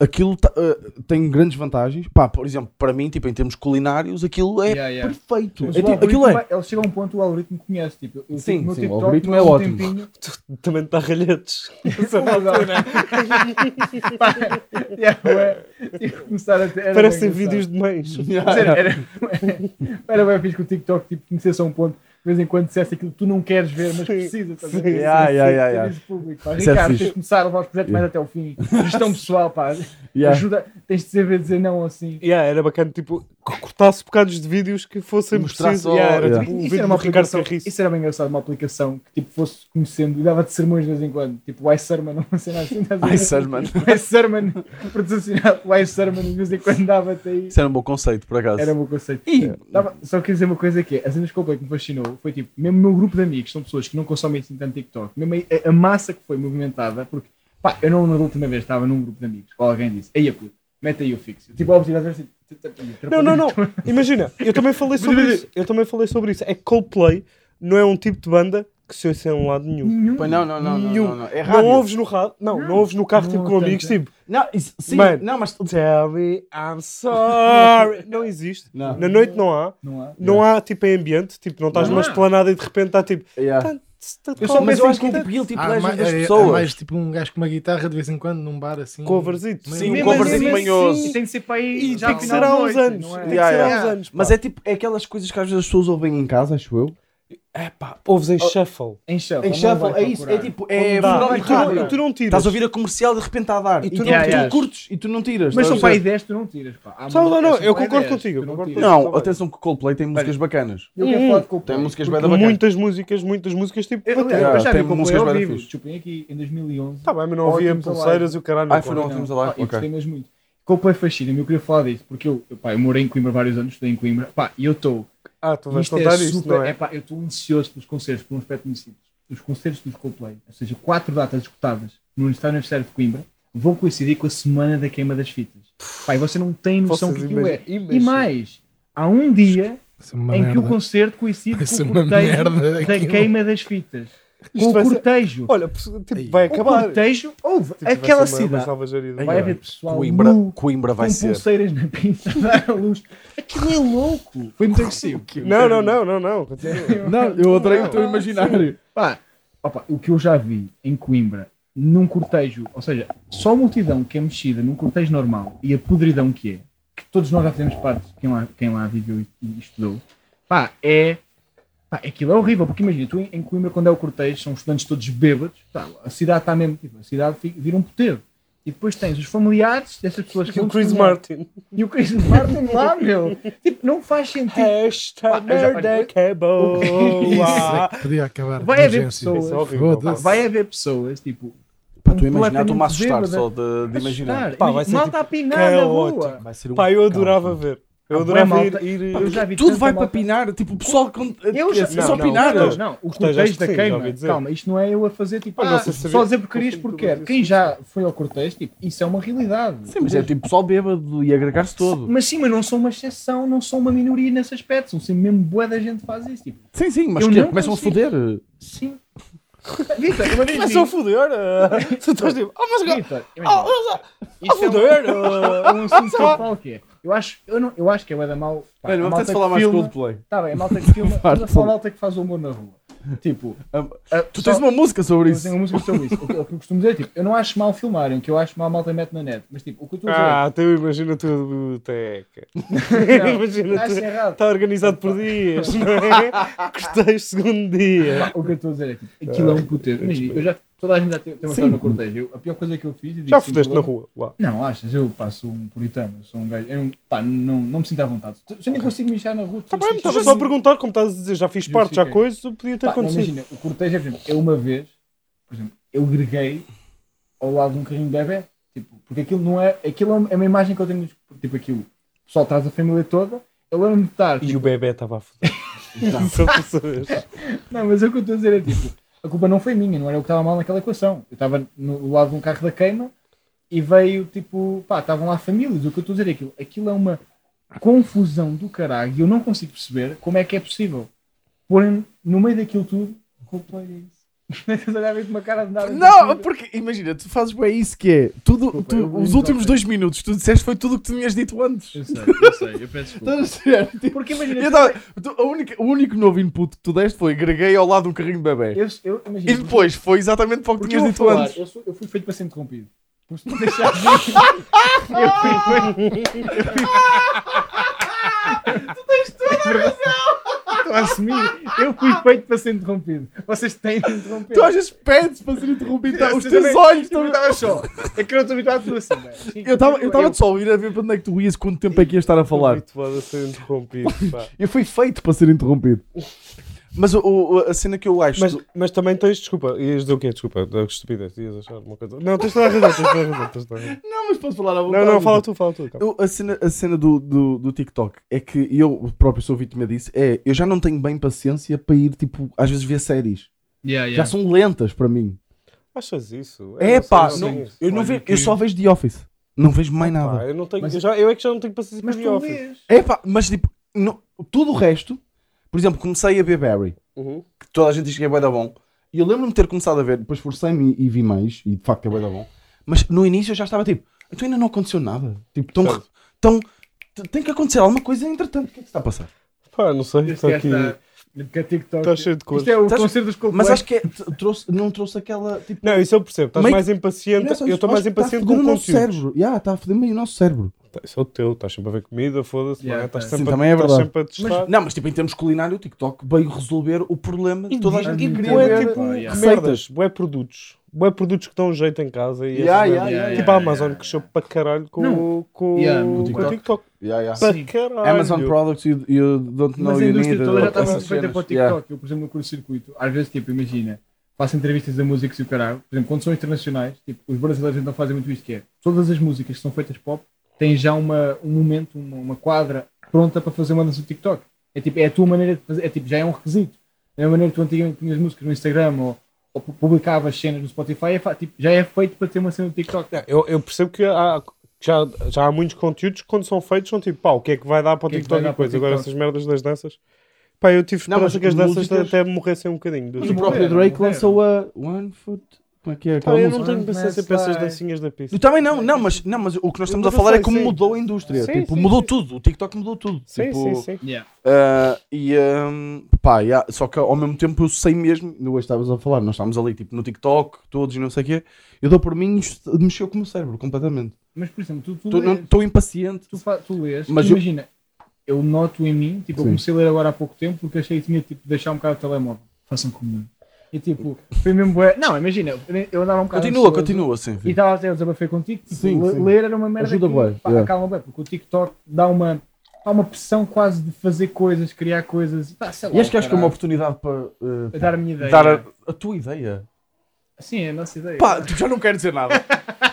Speaker 1: Aquilo tá- eh, tem grandes vantagens. Pá, por exemplo, para mim, tipo, em termos culinários, aquilo é
Speaker 2: tipo, Yeah, yeah.
Speaker 1: perfeito.
Speaker 2: Mas
Speaker 1: É
Speaker 2: o
Speaker 1: tipo, aquilo é.
Speaker 2: algoritmo- Ele chega a um ponto o algoritmo conhece. Tipo,
Speaker 1: Sim,
Speaker 2: eu sim, meu
Speaker 1: sim, o
Speaker 2: TikTok,
Speaker 1: algoritmo
Speaker 2: mas
Speaker 1: é
Speaker 2: um
Speaker 1: ótimo.
Speaker 2: tempinho-
Speaker 3: Também te dá ralhetes.
Speaker 1: né?
Speaker 2: Yeah, ué. Tive que começar a ter- era
Speaker 3: Parecem
Speaker 2: bem
Speaker 3: vídeos de mães.
Speaker 2: engraçado. Sério, Era, era bem fixe que o TikTok tipo, conhecesse a um ponto, de vez em quando dissesse aquilo que tu não queres ver, mas
Speaker 3: Sim.
Speaker 2: precisa. estás a
Speaker 3: Sim,
Speaker 2: ver?
Speaker 3: sim,
Speaker 1: Yeah, yeah, yeah, yeah.
Speaker 2: Serviço público, pá.
Speaker 1: Isso é
Speaker 2: Ricardo,
Speaker 1: fixe.
Speaker 2: tens de começar a levar os projetos mais até ao fim. Gestão pessoal, pá.
Speaker 1: Yeah.
Speaker 2: Ajuda, tens de saber dizer não assim.
Speaker 3: Yeah, era bacana, tipo, que cortasse bocados de vídeos que fossem
Speaker 1: Mostrar
Speaker 3: precisos.
Speaker 1: só-
Speaker 3: Yeah, era
Speaker 1: yeah.
Speaker 3: tipo um
Speaker 2: Isso
Speaker 3: vídeo
Speaker 2: era, uma
Speaker 3: do Ricardo
Speaker 2: aplicação,
Speaker 3: Carriço.
Speaker 2: isso era bem engraçado, uma aplicação que tipo, fosse conhecendo e dava-te sermões de vez em quando, tipo o Sermon, uma cena assim. estás a ver?
Speaker 1: Ai, sério, mano.
Speaker 2: O Ice Sermon, patrocinado, o Ice Sermon de vez em quando dava-te aí.
Speaker 1: Isso era um bom conceito, por acaso.
Speaker 2: Era o meu conceito.
Speaker 1: Ih,
Speaker 2: Dava- só queria dizer uma coisa que é, as cenas que eu que me fascinou foi tipo, mesmo o meu grupo de amigos, são pessoas que não consomem assim tanto TikTok, mesmo a, a massa que foi movimentada, porque pá, eu não na última vez estava num grupo de amigos, ou alguém disse, ei a puto, mete aí o fixo. Tipo, óbvio, às vezes assim,
Speaker 3: Não, não, não. Imagina, eu também falei sobre isso. Eu também falei sobre isso. É que Coldplay não é um tipo de banda que se ouça em um lado nenhum.
Speaker 2: Nenhum.
Speaker 1: Pois não, não, não, não,
Speaker 3: Nenhum.
Speaker 1: não, não. É
Speaker 3: Não
Speaker 1: rádio.
Speaker 3: ouves no rádio, não, não ouves no carro tipo
Speaker 2: Não,
Speaker 3: com amigos,
Speaker 2: tanto.
Speaker 3: tipo
Speaker 1: Não, isso- sim,
Speaker 3: Mano.
Speaker 1: não, mas
Speaker 3: Tell me I'm sorry. Não existe.
Speaker 1: Não.
Speaker 3: Na noite não há.
Speaker 2: Não há.
Speaker 3: Não há tipo em ambiente, tipo, não estás
Speaker 2: Não
Speaker 3: numa
Speaker 2: há.
Speaker 3: esplanada e de repente está tipo. tá,
Speaker 1: Yeah.
Speaker 3: "Tan- tan-
Speaker 1: Eu só
Speaker 3: tan-
Speaker 1: mas eu acho que é tipo guilty
Speaker 5: Há
Speaker 1: pleasure
Speaker 5: mais,
Speaker 1: das
Speaker 5: é- há
Speaker 1: pessoas.
Speaker 5: mais tipo um gajo com uma guitarra de vez em quando num bar assim.
Speaker 3: Coverzito.
Speaker 5: Meio-
Speaker 1: Sim, um
Speaker 5: meio-
Speaker 2: Mesmo assim,
Speaker 1: coverzinho
Speaker 2: mesmo
Speaker 1: manhoso.
Speaker 2: assim, Tem que ser para
Speaker 3: E
Speaker 2: aí.
Speaker 3: tem
Speaker 2: ao final
Speaker 3: que ser há
Speaker 2: da
Speaker 3: uns
Speaker 2: noite,
Speaker 3: anos.
Speaker 2: não
Speaker 3: Tem
Speaker 2: é?
Speaker 3: que
Speaker 1: Yeah,
Speaker 3: ser há uns
Speaker 5: yeah.
Speaker 3: anos.
Speaker 1: Mas
Speaker 3: pá.
Speaker 1: é tipo, é aquelas coisas que às vezes as pessoas ouvem em casa, acho eu.
Speaker 3: É pá, ouves em shuffle.
Speaker 2: Em shuffle.
Speaker 1: Em
Speaker 2: não
Speaker 1: shuffle,
Speaker 2: vai
Speaker 1: é isso, é
Speaker 2: procurar.
Speaker 1: tipo, é
Speaker 3: Não dá.
Speaker 1: funeral de
Speaker 3: E tu não-
Speaker 1: rádio.
Speaker 3: e tu não tiras.
Speaker 1: Estás a ouvir a comercial de repente está a dar. E tipo, tu,
Speaker 2: Yeah,
Speaker 1: não,
Speaker 2: yeah.
Speaker 1: tu curtes e tu não tiras.
Speaker 2: Mas são
Speaker 1: estás
Speaker 2: para
Speaker 1: a
Speaker 2: aí
Speaker 1: ver?
Speaker 2: 10, tu não tiras. Pá. Há
Speaker 3: Só-
Speaker 2: músicas
Speaker 3: não,
Speaker 2: que
Speaker 3: eu
Speaker 2: são para aí 10,
Speaker 3: concordo contigo,
Speaker 2: tu
Speaker 3: eu
Speaker 2: não
Speaker 3: concordo
Speaker 2: tiras.
Speaker 1: Não, atenção que o Coldplay tem músicas bacanas.
Speaker 2: Eu quero
Speaker 3: Hum.
Speaker 2: falar de Coldplay.
Speaker 1: Tem músicas
Speaker 2: porque-
Speaker 1: bem da tá bacana.
Speaker 3: Muitas músicas, muitas músicas tipo.
Speaker 2: Eu,
Speaker 3: bater.
Speaker 1: Ah,
Speaker 2: eu, eu
Speaker 1: tem
Speaker 2: já vi Coldplay
Speaker 1: músicas
Speaker 2: ao
Speaker 1: bem
Speaker 2: vivo.
Speaker 1: fixe.
Speaker 2: Chupem aqui em 2011.
Speaker 3: Tá bem, mas não havia
Speaker 2: Ótimos a live.
Speaker 3: pulseiras e o caralho.
Speaker 1: Ah, foi
Speaker 3: pá.
Speaker 1: não temos a live,
Speaker 2: eu
Speaker 1: ok.
Speaker 2: gostei mesmo muito. Coldplay fascina-me, eu queria falar disso, porque eu, eu, pá, eu morei em Coimbra vários anos, estudei em Coimbra, pá, e eu estou,
Speaker 3: Ah, tu vais
Speaker 2: isto é
Speaker 3: contar isto,
Speaker 2: super,
Speaker 3: não
Speaker 2: é
Speaker 3: é?
Speaker 2: pá, eu estou ansioso pelos concertos, por um aspecto muito simples. Os concertos dos Coldplay, ou seja, quatro datas escutadas no Estádio Universitário de Coimbra, vão coincidir com a semana da queima das fitas. Pai, você não tem noção do
Speaker 3: Vocês
Speaker 2: que aquilo é.
Speaker 3: imaginem-
Speaker 2: E mais, há um dia
Speaker 5: Isso é uma
Speaker 2: em que
Speaker 5: merda.
Speaker 2: o concerto coincide
Speaker 5: Vai ser
Speaker 2: com o
Speaker 5: uma
Speaker 2: cortejo
Speaker 5: merda
Speaker 2: da
Speaker 5: aquilo.
Speaker 2: queima das fitas. Com
Speaker 3: Isto
Speaker 2: o
Speaker 3: vai ser-
Speaker 2: cortejo.
Speaker 3: Olha, tipo,
Speaker 2: O
Speaker 3: vai acabar.
Speaker 2: cortejo, houve
Speaker 3: Tipo, vai ser
Speaker 2: aquela
Speaker 3: uma- uma
Speaker 2: cidade.
Speaker 3: salvajaria do
Speaker 2: Vai
Speaker 3: caralho.
Speaker 2: haver pessoal
Speaker 1: Coimbra,
Speaker 2: nu,
Speaker 1: Coimbra vai
Speaker 2: com
Speaker 1: ser.
Speaker 2: pulseiras na pinta, a dar a luz. Aquilo é louco. Foi muito agressivo.
Speaker 3: Não, não, não, não, não. Continua.
Speaker 1: Não, eu adorei o teu imaginário.
Speaker 2: Pá, opa, o que eu já vi em Coimbra, num cortejo, ou seja, só a multidão que é mexida num cortejo normal e a podridão que é, que todos nós já fizemos parte, quem lá, quem lá viveu e, e estudou, pá, é. Pá, aquilo é horrível, porque imagina, tu em, em Coimbra, quando é o cortejo, são os estudantes todos bêbados, pá, a cidade está mesmo, tipo, a cidade fica, vira um poteiro. E depois tens os familiares dessas pessoas que
Speaker 3: O
Speaker 2: vão
Speaker 3: Chris
Speaker 2: testemunhar.
Speaker 3: Martin.
Speaker 2: E o Chris Martin lá, meu. Tipo, não faz
Speaker 3: É.
Speaker 2: sentido.
Speaker 3: Esta
Speaker 2: eu já falei.
Speaker 3: merda acabou.
Speaker 5: Isso
Speaker 3: Ah.
Speaker 5: é que podia acabar.
Speaker 2: Vai
Speaker 5: de
Speaker 2: haver
Speaker 5: urgência.
Speaker 2: pessoas.
Speaker 3: Isso é horrível.
Speaker 5: Foda-se.
Speaker 2: Vai haver pessoas, tipo,
Speaker 1: Pá, tu imaginar, estou-me a assustar
Speaker 2: Completamente
Speaker 1: só de, de
Speaker 2: a
Speaker 1: imaginar.
Speaker 2: chutar.
Speaker 3: Pá,
Speaker 2: E
Speaker 3: vai ser
Speaker 2: malta
Speaker 3: tipo
Speaker 2: a pinar na
Speaker 3: caótico.
Speaker 2: rua.
Speaker 1: Vai ser um
Speaker 3: Pá, eu
Speaker 1: caos,
Speaker 3: adorava
Speaker 1: mano.
Speaker 3: ver. Eu
Speaker 2: Pá,
Speaker 3: adorava
Speaker 2: bué
Speaker 3: ir.
Speaker 2: malta.
Speaker 3: ir-
Speaker 2: Pá, eu já vi
Speaker 1: Tudo
Speaker 2: tanta
Speaker 1: vai para
Speaker 2: malta-
Speaker 1: pinar. Tipo, o pessoal. com-
Speaker 2: Eu já
Speaker 1: é
Speaker 2: sei
Speaker 1: só
Speaker 3: não,
Speaker 1: pinar.
Speaker 2: Não, não, o
Speaker 3: Cortejo,
Speaker 2: cortejo da
Speaker 3: sim, já
Speaker 2: queima.
Speaker 3: ouvi dizer.
Speaker 2: Calma, isto não é eu a fazer tipo,
Speaker 3: Olha, não
Speaker 2: ah,
Speaker 3: sei se
Speaker 2: só
Speaker 3: sabia-
Speaker 2: dizer porcarias
Speaker 3: não sei
Speaker 2: porque
Speaker 3: se
Speaker 2: quer.
Speaker 3: sabia
Speaker 2: Quem já foi ao cortejo, tipo, isso é uma realidade.
Speaker 1: Sim, mas é tipo pessoal bêbado e agregar-se todo.
Speaker 2: Mas sim, mas não sou uma exceção, não sou uma minoria nesse aspecto. São sempre mesmo bué da gente que faz isso. Tipo,
Speaker 1: Sim, sim, mas
Speaker 2: Eu
Speaker 1: que é,
Speaker 2: não
Speaker 1: começam a se
Speaker 2: consigo. É
Speaker 1: foder.
Speaker 2: sim. Vitor, uma vez
Speaker 3: Mas
Speaker 2: vi-
Speaker 3: só foder.
Speaker 2: eh.
Speaker 3: ah. Tu estás tipo, ah, mas agora.
Speaker 2: Vitor, imagina.
Speaker 3: Ah, mas- ah, Tá.
Speaker 2: Isto é um-
Speaker 3: foder.
Speaker 2: é um assunto que eu falo que é. Eu acho, eu não, eu acho que é o Eda Mal. pá, a malta que filma-
Speaker 1: Coldplay.
Speaker 2: Tá bem, a malta que filma,
Speaker 1: Farto.
Speaker 2: toda essa malta que faz o humor na rua. Tipo, a-
Speaker 1: Tu
Speaker 2: só-
Speaker 1: tens uma música sobre
Speaker 2: eu
Speaker 1: isso.
Speaker 2: tenho um uma música sobre isso. O que, o que eu costumo dizer é tipo, eu não acho mal filmarem, o que eu acho mal a malta mete na net. Mas tipo, o que eu estou a
Speaker 3: Ah, então imagina a tua biblioteca.
Speaker 2: dizer. é, tipo, não,
Speaker 3: Ah, Imagina Tá. a
Speaker 2: acho
Speaker 3: tua.
Speaker 2: errado.
Speaker 3: Está organizado por dias, não é? Cortejo segundo dia.
Speaker 2: O que eu estou a dizer é tipo, aquilo é um
Speaker 3: Ah,
Speaker 2: puteiro. Imagina, eu já, toda a gente já tem tem uma história no cortejo. Eu- A pior coisa que eu fiz. eu disse
Speaker 3: Já
Speaker 2: sim,
Speaker 3: fodeste na
Speaker 2: eu-
Speaker 3: rua. Lá.
Speaker 2: Não, achas? Eu passo um puritano, sou um gajo. Eu não, pá, não, não me sinto à vontade. Se eu nem consigo mijar na rua,
Speaker 3: Tá
Speaker 2: tu-
Speaker 3: bem,
Speaker 2: tu-
Speaker 3: estava só a perguntar, como estás a dizer, já fiz parte, já
Speaker 2: Justifiquei.
Speaker 3: coisa, podia
Speaker 2: Pá,
Speaker 3: ter
Speaker 2: não,
Speaker 3: acontecido.
Speaker 2: imagina, o cortejo é, por exemplo, eu uma vez, por exemplo, eu greguei ao lado de um carrinho de bebê, tipo, porque aquilo não é, aquilo é uma- é uma imagem que eu tenho, tipo, aquilo, o pessoal traz a família toda, eu lembro-me de estar,
Speaker 3: E o bebê estava a foder. Só para saberes.
Speaker 2: não, mas é o que eu estou a dizer é, tipo, a culpa não foi minha, não era eu que estava mal naquela equação, eu estava no do lado de um carro da queima e veio, tipo, pá, estavam lá famílias, o que eu estou a dizer é aquilo, aquilo é uma confusão do caralho e eu não consigo perceber como é que é possível porem no meio daquilo tudo, culpa é isso. Estás a olhar bem com uma cara de nada.
Speaker 1: Não, porque imagina, tu fazes bem isso que é. Tudo,
Speaker 2: Desculpa,
Speaker 1: tu-
Speaker 2: eu vim
Speaker 1: os
Speaker 2: de
Speaker 1: últimos
Speaker 2: ontem.
Speaker 1: dois minutos tu disseste foi tudo o que tu tinhas dito antes.
Speaker 2: Eu sei, eu sei, eu peço desculpa.
Speaker 1: Estás a ser? Tipo,
Speaker 2: Porque
Speaker 1: eu
Speaker 2: imagina,
Speaker 1: tava- tu- a única, o único novo input que tu deste foi greguei ao lado do carrinho de bebê.
Speaker 2: eu, eu imagina.
Speaker 1: E depois foi exatamente para o que
Speaker 2: porque
Speaker 1: tinhas
Speaker 2: eu, vou
Speaker 1: dito
Speaker 2: falar,
Speaker 1: antes.
Speaker 2: eu, sou- eu fui feito para ser interrompido. Por se não deixar de... eu fui feito. Tu tens toda a razão! Estou a assumir, eu fui feito para ser interrompido. Vocês têm de interromper.
Speaker 1: Tu às vezes pedes para ser interrompido. tá?
Speaker 2: Eu
Speaker 1: Os
Speaker 2: sei
Speaker 1: teus
Speaker 2: bem,
Speaker 1: olhos
Speaker 2: Eu
Speaker 1: estão.
Speaker 2: estava só. É que eu não estou habituado a tudo assim, velho. Sim,
Speaker 1: Eu estava eu tava
Speaker 2: eu-
Speaker 1: de só a ouvir a ver para onde é que tu ias, quanto tempo é que ias estar a falar.
Speaker 3: Habituado a ser interrompido, pá.
Speaker 1: Eu fui feito para ser interrompido. Mas o- o- a cena que eu acho.
Speaker 3: Mas, mas também tens, desculpa, ias dizer o quê? Desculpa, da estupidez, ias achar alguma coisa. Não, tens toda a razão, tens toda a razão. Tens toda a razão.
Speaker 1: Não, mas posso falar à
Speaker 3: Não, não, fala tu, fala tu. calma.
Speaker 1: Eu- a cena, a cena do, do, do TikTok é que eu próprio sou vítima disso. É, eu já não tenho bem paciência para ir, tipo, às vezes ver séries.
Speaker 2: Yeah,
Speaker 1: Já
Speaker 2: yeah.
Speaker 1: são lentas para mim.
Speaker 3: Achas isso? Eu
Speaker 1: É
Speaker 3: não sei,
Speaker 1: pá,
Speaker 3: não
Speaker 1: não-
Speaker 3: tenho isso.
Speaker 1: eu, não
Speaker 2: Olha
Speaker 1: vejo,
Speaker 2: que-
Speaker 1: eu só vejo The Office. Não vejo mais
Speaker 3: Pá,
Speaker 1: nada.
Speaker 3: eu não tenho,
Speaker 2: Mas-
Speaker 3: eu, já, eu é que já não tenho paciência
Speaker 2: Mas
Speaker 3: para o
Speaker 2: tu
Speaker 3: Office.
Speaker 2: lês.
Speaker 1: É pá, mas tipo, não- tudo o resto. Por exemplo, comecei a ver Barry,
Speaker 3: Uhum.
Speaker 1: que toda a gente diz que é bué da bom. E eu lembro-me de ter começado a ver, depois forcei-me e, e vi mais, e de facto é bué da bom. Mas no início eu já estava tipo, então ainda não aconteceu nada. Tipo, tão,
Speaker 3: Certo.
Speaker 1: tão, t- tem que acontecer alguma coisa entretanto. O que é que está a passar?
Speaker 3: Pá, não sei,
Speaker 2: Este
Speaker 3: estou aqui.
Speaker 2: gajo está- é que é TikTok.
Speaker 3: Está cheio de coisas.
Speaker 2: Isto é o
Speaker 1: Estás-
Speaker 2: concerto dos
Speaker 3: Então,
Speaker 2: Coldplay.
Speaker 1: Tá Mas acho que é- t- trouxe, não trouxe aquela. Tipo,
Speaker 3: Não, isso eu percebo. Estás
Speaker 1: Meio que-
Speaker 3: mais impaciente.
Speaker 1: não é só
Speaker 3: eu
Speaker 1: isso,
Speaker 3: estou
Speaker 1: acho
Speaker 3: mais
Speaker 1: que tá a
Speaker 3: impaciente
Speaker 1: foder
Speaker 3: com o
Speaker 1: o nosso
Speaker 3: conteúdo.
Speaker 1: cérebro. Já, está a foder meio o nosso cérebro.
Speaker 3: Tá, Isso é o teu. Estás sempre a ver comida, foda-se.
Speaker 2: Yeah,
Speaker 3: mano, Estás
Speaker 2: tá.
Speaker 1: Sim,
Speaker 3: sempre,
Speaker 1: também é
Speaker 3: a- estás
Speaker 1: verdade.
Speaker 3: sempre a testar.
Speaker 1: Não, mas tipo, em termos culinários, o TikTok veio resolver o problema de toda a
Speaker 2: diz-
Speaker 1: gente
Speaker 2: e
Speaker 1: que queria
Speaker 3: Bué,
Speaker 1: ver.
Speaker 2: ver,
Speaker 3: tipo,
Speaker 2: pá, yeah.
Speaker 3: merdas, bué produtos. Bué produtos que dão um jeito em casa. E
Speaker 1: Yeah, yeah,
Speaker 3: essas merdas.
Speaker 1: yeah,
Speaker 3: tipo,
Speaker 2: yeah,
Speaker 3: a Amazon
Speaker 2: yeah.
Speaker 3: cresceu para caralho com,
Speaker 2: Não.
Speaker 3: o com,
Speaker 2: Yeah, no
Speaker 3: com o
Speaker 2: TikTok.
Speaker 3: TikTok.
Speaker 1: Yeah, yeah.
Speaker 3: Para
Speaker 2: Sim.
Speaker 3: caralho.
Speaker 1: Amazon Products, you, you don't know
Speaker 2: Mas a
Speaker 1: you
Speaker 2: indústria
Speaker 1: need.
Speaker 2: toda já tá
Speaker 1: uh,
Speaker 2: estava
Speaker 1: essas
Speaker 2: feita
Speaker 1: cenas.
Speaker 2: para o TikTok.
Speaker 1: Yeah.
Speaker 2: Eu, por exemplo, no curto-circuito, às vezes, tipo, imagina, faço entrevistas a músicos e o caralho. Por exemplo, quando são internacionais, tipo, os brasileiros então fazem muito isto, que é, todas as músicas que são feitas pop têm já uma, um momento, uma, uma quadra pronta para fazer uma dança do TikTok. É tipo, é a tua maneira de fazer, é tipo, já é um requisito. É a maneira que tu antigamente tinhas músicas no Instagram ou, ou pu- publicavas cenas no Spotify, é, fa- tipo, já é feito para ter uma cena do TikTok.
Speaker 3: Eu, eu percebo que há, Já, já há muitos conteúdos que quando são feitos são tipo, pá, o que é que vai dar para o
Speaker 2: O que é que vai
Speaker 3: TikTok e
Speaker 2: dar para o
Speaker 3: coisa. Agora
Speaker 2: TikTok?
Speaker 3: essas merdas das danças. Pá, eu tive
Speaker 1: Não,
Speaker 3: esperança
Speaker 1: mas
Speaker 3: que as danças
Speaker 2: é
Speaker 1: músicas-
Speaker 3: até morressem um bocadinho. Do
Speaker 1: Mas o
Speaker 3: tipo,
Speaker 1: próprio
Speaker 2: morreram,
Speaker 1: Drake
Speaker 2: morreram.
Speaker 1: lançou a One Foot. Como é que é?
Speaker 3: pá,
Speaker 1: Aquela
Speaker 3: eu
Speaker 1: música?
Speaker 3: não tenho
Speaker 2: Mas
Speaker 3: paciência para essas
Speaker 2: vai.
Speaker 3: dancinhas da pista.
Speaker 1: Eu também não, não, mas, não, mas o que nós estamos
Speaker 3: Eu
Speaker 1: a falar é
Speaker 3: sei,
Speaker 1: como
Speaker 3: sim.
Speaker 1: mudou a indústria.
Speaker 3: Sim,
Speaker 1: tipo,
Speaker 3: sim,
Speaker 1: mudou
Speaker 3: sim.
Speaker 1: tudo. O TikTok mudou tudo.
Speaker 3: Sim,
Speaker 1: tipo,
Speaker 3: sim, sim.
Speaker 2: Yeah.
Speaker 1: ah, e ahm, pá, yeah, só que ao mesmo tempo eu sei mesmo, ainda hoje estávamos a falar, nós estávamos ali tipo no TikTok, todos e não sei o quê, eu dou por mim isto mexeu com o meu cérebro completamente.
Speaker 2: Mas, por exemplo, tu, tu,
Speaker 1: Estou
Speaker 2: é um lês,
Speaker 1: não- estou impaciente.
Speaker 2: tu, fa- tu lês,
Speaker 1: Mas eu-
Speaker 2: imagina, eu... noto em mim, tipo, eu
Speaker 1: Sim.
Speaker 2: comecei a ler agora há pouco tempo porque achei que tinha tipo, de deixar um bocado o telemóvel. Façam como eu. E tipo, foi mesmo bué. Não, imagina, eu andava um bocado.
Speaker 1: Continua,
Speaker 2: ansioso.
Speaker 1: continua, sim.
Speaker 2: E estava até a desabafar contigo. Tipo,
Speaker 1: Sim,
Speaker 2: le-
Speaker 1: sim.
Speaker 2: Ler era uma merda.
Speaker 1: Ajuda
Speaker 2: que,
Speaker 1: bué,
Speaker 2: pá,
Speaker 1: yeah.
Speaker 2: Acalma bem, porque o TikTok dá uma, dá uma pressão quase de fazer coisas, criar coisas. Pá, sei
Speaker 1: E
Speaker 2: lá,
Speaker 1: acho que acho que é uma
Speaker 2: caralho.
Speaker 1: oportunidade para ah,
Speaker 2: Dar a minha ideia.
Speaker 1: dar a, a tua ideia.
Speaker 2: Sim, é a nossa ideia.
Speaker 1: Pá, tu já não quero dizer nada.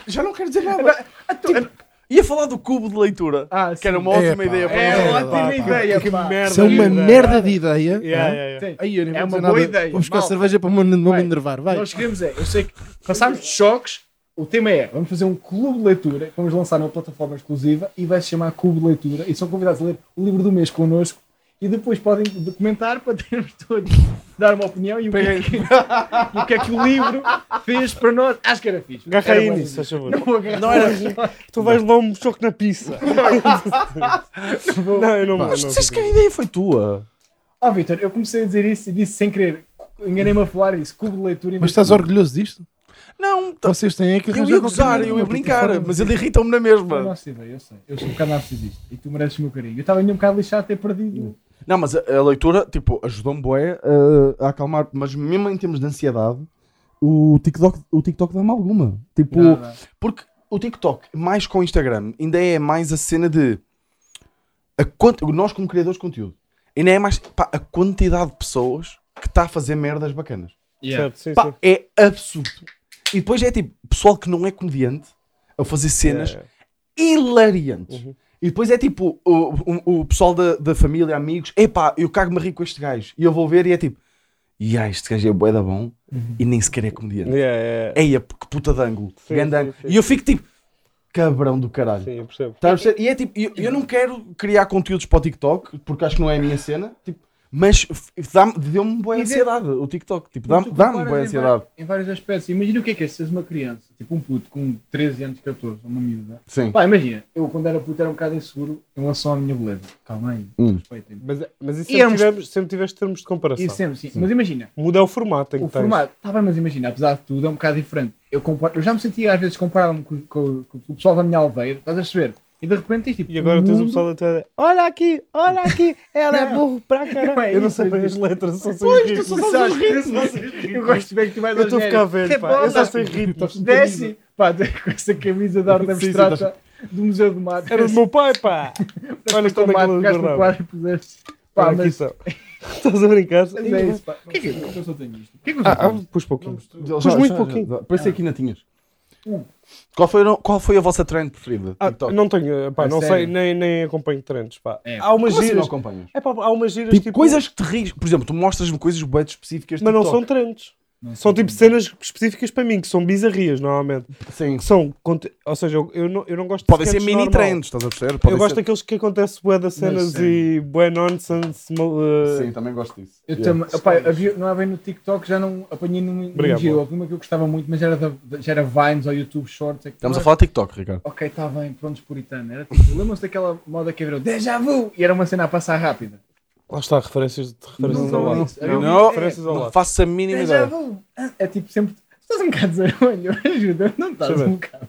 Speaker 1: já não quero dizer nada. Tipo, ia falar do cubo de leitura,
Speaker 2: Então, ah,
Speaker 1: que era
Speaker 2: sim.
Speaker 1: uma ótima
Speaker 5: É, pá.
Speaker 1: ideia para
Speaker 2: É
Speaker 1: nós.
Speaker 5: Merda,
Speaker 2: ótima
Speaker 5: pá.
Speaker 2: ideia,
Speaker 3: Que
Speaker 2: pá.
Speaker 3: merda.
Speaker 5: Isso é uma
Speaker 3: de-
Speaker 5: merda de ideia.
Speaker 3: Yeah,
Speaker 5: hã?
Speaker 3: yeah, yeah.
Speaker 2: Sim.
Speaker 5: Aí, eu nem
Speaker 2: É
Speaker 5: vou dizer
Speaker 2: uma boa
Speaker 5: nada.
Speaker 2: ideia,
Speaker 5: Vou buscar
Speaker 2: malta.
Speaker 5: cerveja para o meu- não me
Speaker 2: Vai.
Speaker 5: enervar. Vai.
Speaker 2: Nós queremos é, eu sei que passámos de choques, o tema é, vamos fazer um clube de leitura, que vamos lançar numa plataforma exclusiva e vai se chamar Clube de Leitura e são convidados a ler o livro do mês connosco e depois podem documentar para termos todos dar uma opinião e o que, é que, e o, que é que o livro fez para nós. Acho que era fixe.
Speaker 3: Agarra
Speaker 2: Era
Speaker 3: aí
Speaker 2: bué
Speaker 3: nisso,
Speaker 2: fixe.
Speaker 3: faz favor.
Speaker 2: Não vou agarrar.
Speaker 3: Não era- Tu vais levar um choque na pizza. não, eu não
Speaker 1: Mas tu
Speaker 3: não,
Speaker 1: disseste que
Speaker 3: não.
Speaker 1: a ideia foi tua.
Speaker 2: Oh, Vitor, eu comecei a dizer isso e disse sem querer. Enganei-me a falar e disse Clube de Leitura e
Speaker 5: Mas estás orgulhoso disto?
Speaker 1: Não, tá-
Speaker 5: Vocês têm é que
Speaker 1: eu
Speaker 5: arranjar
Speaker 1: ia
Speaker 5: qualquer
Speaker 1: gozar, eu
Speaker 5: uma
Speaker 1: ia brincar,
Speaker 5: plataforma.
Speaker 1: mas ele irritam-me na
Speaker 2: Foi a
Speaker 1: mesma.
Speaker 2: nossa ideia, eu sei. Eu sou um bocado narcisista e tu mereces o meu carinho. Eu estava ainda um bocado lixado de ter perdido.
Speaker 1: Não, mas a, a leitura, tipo, ajudou-me bué uh, a acalmar, mas mesmo em termos de ansiedade, o TikTok, o TikTok dá-me alguma. Tipo,
Speaker 2: Nada.
Speaker 1: porque o TikTok, mais com o Instagram, ainda é mais a cena de... A quant... Nós como criadores de conteúdo, ainda é mais pá, a quantidade de pessoas que está a fazer merdas bacanas.
Speaker 3: Certo, sim,
Speaker 1: Pá,
Speaker 3: sim.
Speaker 1: é absurdo. E depois é tipo, pessoal que não é comediante a fazer cenas
Speaker 3: Yeah, Uhum.
Speaker 1: hilariantes. E depois é tipo, o, o, o pessoal da, da família, amigos, epá, eu cago-me a rir com este gajo. E eu vou ver e é tipo, ia, este gajo é bué da bom
Speaker 3: Uhum.
Speaker 1: e nem sequer é comediante.
Speaker 3: Yeah, yeah.
Speaker 1: Eia, que puta de ângulo.
Speaker 3: Sim,
Speaker 1: grande
Speaker 3: sim,
Speaker 1: ângulo.
Speaker 3: sim.
Speaker 1: E eu fico tipo, cabrão do caralho.
Speaker 3: Sim, eu percebo.
Speaker 1: Tá a perceber? E é tipo, eu, eu não quero criar conteúdos para o TikTok, porque acho que não é a minha cena, tipo, mas f- dá-me- deu-me boa
Speaker 2: E
Speaker 3: é-
Speaker 2: de-
Speaker 1: ansiedade o TikTok, tipo,
Speaker 2: Mas
Speaker 1: dá-me
Speaker 2: tu
Speaker 1: dá
Speaker 2: comparas
Speaker 1: boa
Speaker 2: em
Speaker 1: ansiedade.
Speaker 2: va- Em vários aspectos. Imagina o que é que é seres uma criança, tipo um puto com 13 anos, 14, uma miúda.
Speaker 1: Sim.
Speaker 2: Pá, imagina, eu quando era puto era um bocado inseguro em relação à minha beleza. Calma aí,
Speaker 1: Hum.
Speaker 2: respeitem-me.
Speaker 3: Mas, mas isso
Speaker 2: E
Speaker 3: sempre,
Speaker 2: éramos-
Speaker 3: tivemos, sempre tiveste termos de comparação.
Speaker 2: E sempre, sim. Mas imagina,
Speaker 3: é- Muda o formato em que
Speaker 2: o
Speaker 3: tens.
Speaker 2: formato, tá bem, mas imagina, apesar de tudo, é um bocado diferente. Eu, comparo, eu já me sentia às vezes comparado-me com, com- com o pessoal da minha aldeia, estás a perceber? E de repente tens tipo.
Speaker 3: E agora
Speaker 2: um
Speaker 3: tens o
Speaker 2: mundo-
Speaker 3: pessoal da tua ideia. Olha aqui, olha aqui, ela é burro pra caralho.
Speaker 2: Não é
Speaker 3: eu não
Speaker 2: isso,
Speaker 3: sei
Speaker 2: é
Speaker 3: bem as
Speaker 2: isso.
Speaker 3: letras, só um sei
Speaker 2: Pois,
Speaker 3: os
Speaker 2: tu
Speaker 3: ritmos.
Speaker 2: só um sabes os ritmos. Eu gosto bem que tu vais
Speaker 3: Eu
Speaker 2: ao
Speaker 3: estou a
Speaker 2: género.
Speaker 3: ficar velho,
Speaker 2: Que
Speaker 3: pá.
Speaker 2: bola!
Speaker 3: Eu só sei ritmos.
Speaker 2: Desce, pá, com essa camisa da arte
Speaker 3: Sim, sim,
Speaker 2: abstrata do Museu do Mar.
Speaker 3: Era do meu pai, pá. Olha quando é que elas guardavam.
Speaker 2: Pá,
Speaker 3: Olha aqui
Speaker 2: mas
Speaker 3: só. Estás a brincar?
Speaker 2: mas é isso, pá. O que é que eu só tenho isto? O que é que eu só
Speaker 3: Ah,
Speaker 2: tenho
Speaker 3: ah,
Speaker 2: isto?
Speaker 3: pus pouquinho.
Speaker 1: Pus
Speaker 3: muito pouquinho.
Speaker 1: Pensei que ainda tinhas.
Speaker 2: Hum.
Speaker 1: Qual foi, a- qual foi a vossa trend preferida?
Speaker 3: Um. Ah,
Speaker 1: TikTok?
Speaker 3: não tenho, pá,
Speaker 2: A
Speaker 3: não sei,
Speaker 2: É sério?
Speaker 3: nem, nem acompanho trends, pá.
Speaker 2: É,
Speaker 3: Há umas
Speaker 1: Como assim não
Speaker 3: giras.
Speaker 1: acompanhas?
Speaker 3: É pá, há umas giras
Speaker 1: Tipo,
Speaker 3: tipo.
Speaker 1: coisas que te rires. Por exemplo, tu mostras-me coisas bem específicas.
Speaker 3: Mas não são
Speaker 1: TikTok.
Speaker 3: trends.
Speaker 2: Não
Speaker 3: São
Speaker 2: sei.
Speaker 3: tipo cenas específicas para mim, que são bizarrias, normalmente.
Speaker 1: Sim.
Speaker 3: Que são. conte- Ou seja, eu, eu não, eu não gosto de.
Speaker 1: Podem ser
Speaker 3: sketches
Speaker 1: mini
Speaker 3: normal.
Speaker 1: trends, estás a perceber? Podem
Speaker 3: eu gosto
Speaker 1: ser...
Speaker 3: daqueles que acontece bué das cenas
Speaker 2: Não
Speaker 3: e bué nonsense. mal- eh,
Speaker 1: Sim, também gosto disso.
Speaker 2: Eu
Speaker 1: Yeah.
Speaker 2: também, opá, havia, não havia no TikTok, já não apanhei num
Speaker 3: Obrigado,
Speaker 2: vídeo.
Speaker 3: boa.
Speaker 2: Houve uma que eu gostava muito, mas era, da, já era Vines ou YouTube Shorts. é que-
Speaker 1: Estamos a falar de TikTok, Ricardo.
Speaker 2: Ok, está bem, pronto, puritano. Era tipo, lembram-se daquela moda que virou Deja Vu! E era uma cena a passar rápida.
Speaker 3: Lá está, referências, referências
Speaker 2: Não,
Speaker 3: ao
Speaker 2: não,
Speaker 3: lado.
Speaker 2: não. Não,
Speaker 3: referências ao
Speaker 1: Não
Speaker 3: lado.
Speaker 1: faço a mínima ideia.
Speaker 2: Deja Vu! Ah, É tipo sempre. Estás um bocado zarolho, ajuda, não estás
Speaker 3: Deixa eu ver.
Speaker 2: um bocado.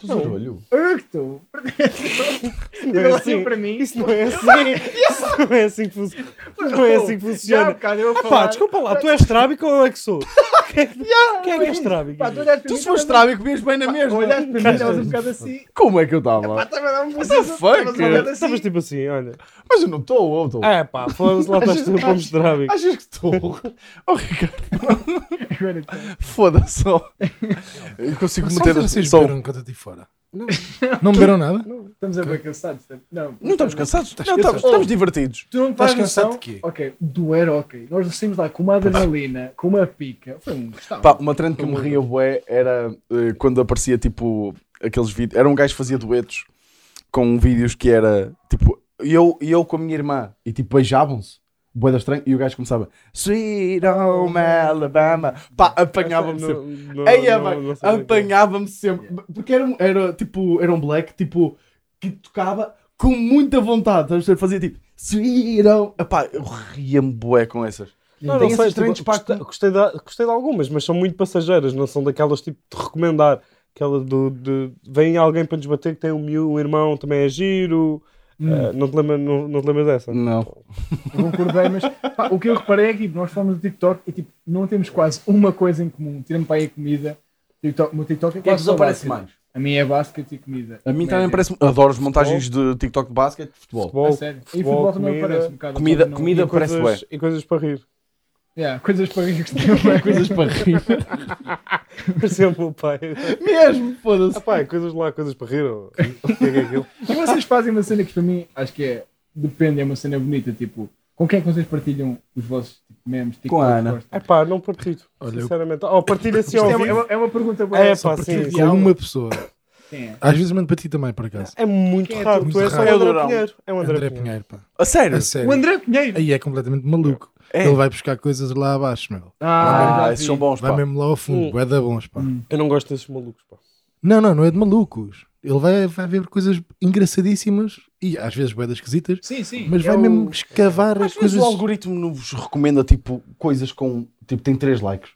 Speaker 1: Tu olho.
Speaker 2: Eu que estou.
Speaker 3: Não é
Speaker 2: Ele
Speaker 3: assim.
Speaker 2: olhou para mim.
Speaker 3: Isso não é assim. Isso não é assim que funciona. Não é assim que
Speaker 2: Já há
Speaker 3: funciona.
Speaker 2: bocado eu a
Speaker 3: Pá,
Speaker 2: falar.
Speaker 3: desculpa lá, tu és trábico ou eu é que sou? Quem é que- quem é que és trábico?
Speaker 2: Pá, tu olhaste para
Speaker 1: Tu
Speaker 2: mim,
Speaker 1: se fores
Speaker 2: estavas-
Speaker 1: trábico, vias bem na mesma.
Speaker 2: Olhaste para mim, estavas um bocado assim.
Speaker 1: Como é que eu
Speaker 2: Pá,
Speaker 1: estava?
Speaker 2: estava a dar um
Speaker 1: the fuck?
Speaker 3: Estavas tipo assim, olha.
Speaker 1: Mas eu não estou, eu estou.
Speaker 3: É pá, foda-se lá, estás tu para trábico.
Speaker 1: Achas que estou? Oh, Ricardo, foda-se. ó. Eu consigo Tipo, meter
Speaker 5: Só assim, vocês
Speaker 1: só- um.
Speaker 5: beberam enquanto eu estive fora. Não beberam nada?
Speaker 2: Estamos a ver cansados. sabe? Não.
Speaker 1: Não estamos cansados? Não,
Speaker 5: cansado.
Speaker 1: estamos, estamos divertidos.
Speaker 2: Tu não estás
Speaker 5: Estás cansado
Speaker 2: noção?
Speaker 5: de quê?
Speaker 2: Ok, doer, ok. Nós saímos lá com uma adrenalina, com uma pica. Foi um gostado.
Speaker 1: Pá, uma trend que eu me ria bué era eh, quando aparecia tipo aqueles vídeos. Era um gajo que fazia duetos com vídeos que era tipo eu, eu com a minha irmã e tipo beijavam-se. Boeda estranho, e o gajo começava Sweet Home Alabama. Pá, apanhava-me sempre. Ei, é bem,
Speaker 3: né?
Speaker 1: apanhava-me sempre. Porque era, um- era tipo, era um black tipo que tocava com muita vontade. Estás a perceber? Fazia tipo Sweet Home. Epá, eu ria-me bué com essas.
Speaker 3: Não, não
Speaker 1: Tem
Speaker 3: sei,
Speaker 1: esses
Speaker 3: tipo,
Speaker 1: trends, pá,
Speaker 3: gostei, gostei de, gostei de algumas, mas são muito passageiras, não são daquelas tipo de recomendar. Aquela do, de vem alguém para nos bater que tem um miúdo, um irmão também é giro.
Speaker 2: Hum.
Speaker 3: Eh, não, te lembra, não, não te lembras dessa?
Speaker 1: Não.
Speaker 2: Eu concordei, mas pá, o que eu reparei é que tipo, nós fomos no TikTok e tipo, não temos quase uma coisa em comum. Tirando para aí a comida. TikTok, o meu TikTok é
Speaker 1: que é que vos
Speaker 2: quase só
Speaker 1: aparece
Speaker 2: basquete.
Speaker 1: mais?
Speaker 2: A minha é basquete e comida.
Speaker 1: A mim
Speaker 2: Comédia.
Speaker 1: também parece. Adoro as montagens de TikTok de basquete, de futebol.
Speaker 2: A
Speaker 3: Futebol,
Speaker 2: sério. E
Speaker 3: futebol,
Speaker 2: futebol também
Speaker 3: comida,
Speaker 2: aparece um bocado.
Speaker 1: Comida-
Speaker 2: Não- é?
Speaker 1: comida-
Speaker 3: e coisas-
Speaker 1: Parece
Speaker 3: e coisas para rir.
Speaker 2: Yeah, coisas para rir. coisas para rir.
Speaker 3: Por exemplo, o pai.
Speaker 1: Mesmo, foda-se.
Speaker 3: Ah, pá, coisas lá, coisas para rir. ou- O que é que é aquilo?
Speaker 2: E vocês fazem uma cena que para mim acho que é. Depende, é uma cena bonita. Tipo, com quem é que vocês partilham os vossos tipo, memes? TikToks,
Speaker 1: Com a Ana.
Speaker 2: gostam?
Speaker 3: É pá, não partilho.
Speaker 5: Olha,
Speaker 3: sinceramente. Oh, partilha assim
Speaker 2: Isto
Speaker 3: ao
Speaker 2: é, uma, é
Speaker 3: vivo.
Speaker 2: uma- é uma pergunta boa.
Speaker 3: É,
Speaker 2: Só
Speaker 3: pá,
Speaker 2: porque-
Speaker 3: sim.
Speaker 5: com uma pessoa.
Speaker 2: Quem é?
Speaker 5: Às vezes mando para ti também, por acaso.
Speaker 3: É muito
Speaker 2: Quem é
Speaker 3: raro.
Speaker 2: tu?
Speaker 3: Tu és só o
Speaker 5: É
Speaker 1: o
Speaker 3: André
Speaker 1: Durão.
Speaker 3: Pinheiro. É o André,
Speaker 5: André
Speaker 3: Pinheiro.
Speaker 5: Pinheiro, pá.
Speaker 1: A sério?
Speaker 5: A sério.
Speaker 2: O André Pinheiro.
Speaker 5: Aí é completamente maluco.
Speaker 1: É.
Speaker 5: Ele vai buscar coisas lá abaixo, meu.
Speaker 1: Ah,
Speaker 2: já
Speaker 1: esses
Speaker 2: vi.
Speaker 1: são bons,
Speaker 5: Vai
Speaker 1: pá.
Speaker 5: mesmo lá ao fundo.
Speaker 3: Hum.
Speaker 5: Vai dar bons, pá.
Speaker 2: Hum.
Speaker 3: Eu não gosto desses malucos, pá.
Speaker 5: Não, não, não é de malucos. Ele vai, vai ver coisas engraçadíssimas e às vezes boedas esquisitas,
Speaker 2: Sim, sim.
Speaker 5: mas vai
Speaker 3: eu-
Speaker 5: mesmo escavar as
Speaker 1: Às vezes
Speaker 5: coisas.
Speaker 1: o algoritmo não vos recomenda tipo coisas com. Tipo, tem 3 likes.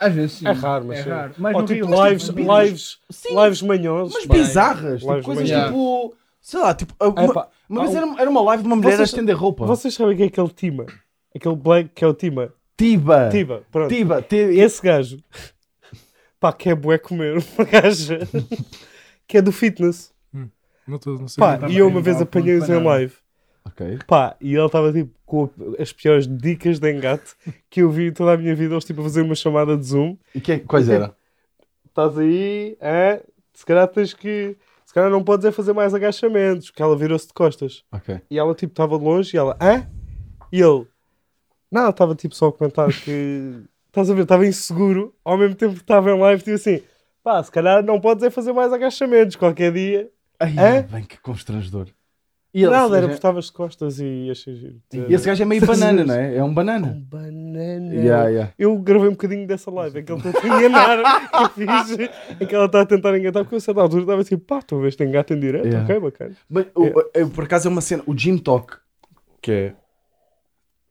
Speaker 2: Às vezes sim.
Speaker 3: É raro, mas
Speaker 2: É
Speaker 3: sim.
Speaker 2: raro. Mas
Speaker 3: Ou
Speaker 2: no
Speaker 3: tipo
Speaker 2: Rio, mas
Speaker 3: lives,
Speaker 2: tipo,
Speaker 3: lives,
Speaker 1: Sim,
Speaker 3: lives manhosos.
Speaker 1: mas
Speaker 3: pá.
Speaker 1: bizarras. Tipo,
Speaker 3: Lives
Speaker 1: coisas
Speaker 2: manhosos.
Speaker 1: tipo. Sei lá, tipo. Uma,
Speaker 3: É, pá,
Speaker 1: uma vez
Speaker 3: há um-
Speaker 1: era, era uma live de uma mulher
Speaker 3: Vocês-
Speaker 1: a estender roupa.
Speaker 3: Vocês sabem quem é aquele Tima? Aquele black que é o Tima.
Speaker 1: Tiba. Tiba.
Speaker 3: Tima, pronto.
Speaker 1: Tiba. Ti-
Speaker 3: Esse gajo. Pá, que é bué comer uma gaja que é do fitness.
Speaker 5: Não, tô- não sei.
Speaker 3: Pá,
Speaker 2: tá
Speaker 3: e eu
Speaker 2: bem,
Speaker 3: uma vez
Speaker 2: não,
Speaker 3: apanhei-os
Speaker 2: não
Speaker 3: em
Speaker 2: foi nada.
Speaker 3: live.
Speaker 1: Ok.
Speaker 3: Pá, e ele estava tipo com as piores dicas de engate que eu vi em toda a minha vida. Eles tipo a fazer uma chamada de Zoom.
Speaker 1: E que, é, quais era?
Speaker 3: Estás aí, é? Se calhar tens que. Se calhar não podes é fazer mais agachamentos. Porque ela virou-se de costas.
Speaker 1: Ok.
Speaker 3: E ela tipo estava de longe e ela, hã? E ele, não, estava tipo só a comentar que. Estás a ver? Estava inseguro, ao mesmo tempo que estava em live, tipo assim, pá, se calhar não podes é fazer mais agachamentos qualquer dia.
Speaker 1: Ai,
Speaker 3: É?
Speaker 1: bem que constrangedor. E
Speaker 3: E
Speaker 1: ele,
Speaker 3: Nada,
Speaker 1: esse
Speaker 3: era
Speaker 1: gajo
Speaker 3: porque estavas de costas e achei giro.
Speaker 1: é- esse gajo é meio banana, não é? É um banana.
Speaker 3: Um banana.
Speaker 1: Yeah, yeah.
Speaker 3: Eu gravei um bocadinho dessa live, aquele que eu tinha enganar, que eu fiz, em que ela está a tentar engatar, porque eu a certa altura estava assim, pá, tu vês, tem gato em direto,
Speaker 1: Yeah.
Speaker 3: ok, bacana.
Speaker 1: Mas, o- o- por acaso é uma cena. O Jim Talk. Que é.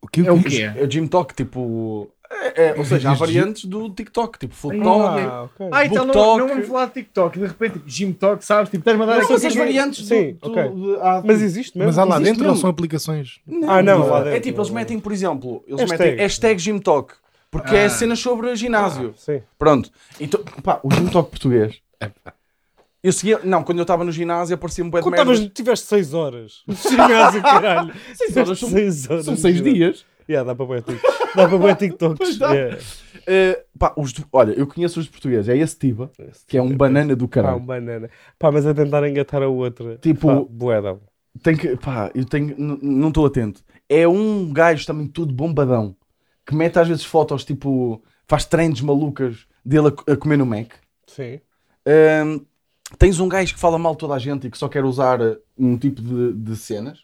Speaker 5: O que
Speaker 2: É o quê?
Speaker 1: É o Jim Talk, tipo. é- é, ou seja, há
Speaker 5: Vídeos de-
Speaker 1: variantes do TikTok, tipo Full
Speaker 3: Ah, ok.
Speaker 2: Ah, então não,
Speaker 1: BookTok.
Speaker 2: não vamos falar de TikTok. De repente, tipo, Jim Talk, sabes? Tipo, estás-me a dar
Speaker 1: Não
Speaker 2: aqui-
Speaker 1: são é essas variantes do-
Speaker 3: Sim,
Speaker 1: do-
Speaker 3: ok. Ah,
Speaker 1: de- há-
Speaker 3: Mas existe mesmo?
Speaker 5: Mas há lá
Speaker 1: Existe
Speaker 5: dentro ou
Speaker 1: mesmo.
Speaker 5: são aplicações?
Speaker 3: Ah, não, lá
Speaker 1: É
Speaker 3: dentro,
Speaker 1: tipo, eles
Speaker 3: lá
Speaker 1: metem, por exemplo, eles
Speaker 3: Hashtag.
Speaker 1: metem hashtag gymtalk, porque é
Speaker 2: Ah.
Speaker 1: cenas sobre ginásio.
Speaker 3: Sim.
Speaker 1: Pronto. Então, pá, o gymtalk português. Eu seguia, não, quando eu estava no ginásio aparecia-me um bué de
Speaker 3: Quando
Speaker 1: merda.
Speaker 3: estavas, tiveste 6 horas. Ginásio, caralho. 6
Speaker 1: horas são-
Speaker 3: horas.
Speaker 1: São seis
Speaker 3: caralho.
Speaker 1: dias.
Speaker 3: Yeah, dá para boé TikToks. Dá para boé TikToks.
Speaker 1: Pois dá.
Speaker 3: yeah.
Speaker 1: Eh, pá, os de- olha, eu conheço os de português. É esse Tiba, que é um banana do
Speaker 3: Pá,
Speaker 1: caralho.
Speaker 3: um banana. Pá, mas a tentar engatar a outra.
Speaker 1: Tipo-
Speaker 3: Pá, bué, dá.
Speaker 1: Tem que, pá, eu tenho, n- não estou atento. É um gajo também todo bombadão que mete às vezes fotos, tipo, faz trends malucas dele a co- a comer no Mac.
Speaker 3: Sim.
Speaker 1: Hum, tens um gajo que fala mal de toda a gente e que só quer usar uh, um tipo de, de cenas,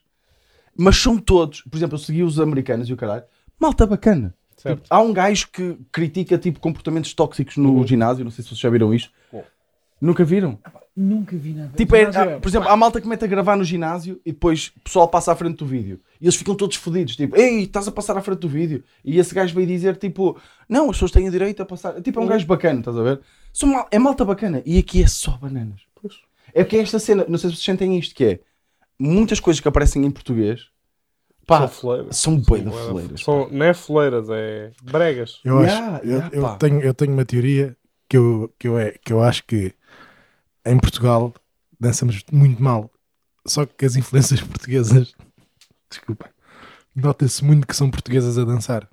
Speaker 1: mas são todos. Por exemplo, eu segui os americanos e o caralho. Malta bacana.
Speaker 3: Certo.
Speaker 1: Tipo, há um gajo que critica tipo comportamentos tóxicos no ginásio. Não sei se vocês já viram isto.
Speaker 3: Bom.
Speaker 1: Nunca viram?
Speaker 2: Nunca vi nada.
Speaker 1: Tipo, é-
Speaker 2: Mas,
Speaker 1: há- por exemplo, há malta que mete a gravar no ginásio e depois o pessoal passa à frente do vídeo. E eles ficam todos fodidos, tipo, ei, estás a passar à frente do vídeo. E esse gajo veio dizer, tipo, não, as pessoas têm o direito a passar. Tipo, é um gajo bacana, estás a ver? São mal- é malta bacana. E aqui é só bananas. É porque é esta cena, não sei se vocês sentem isto, que é muitas coisas que aparecem em português, pá,
Speaker 3: São fleiras.
Speaker 1: são boi da
Speaker 3: bué da-
Speaker 1: fleiras.
Speaker 3: São, não é fleiras, é bregas.
Speaker 5: Eu acho.
Speaker 1: Yeah,
Speaker 5: eu-
Speaker 1: yeah,
Speaker 5: eu,
Speaker 1: pá.
Speaker 5: tenho, eu tenho uma teoria que eu, que, eu é, que eu acho que em Portugal dançamos muito mal. Só que as influências portuguesas. Desculpa. Nota-se muito que são portuguesas a dançar.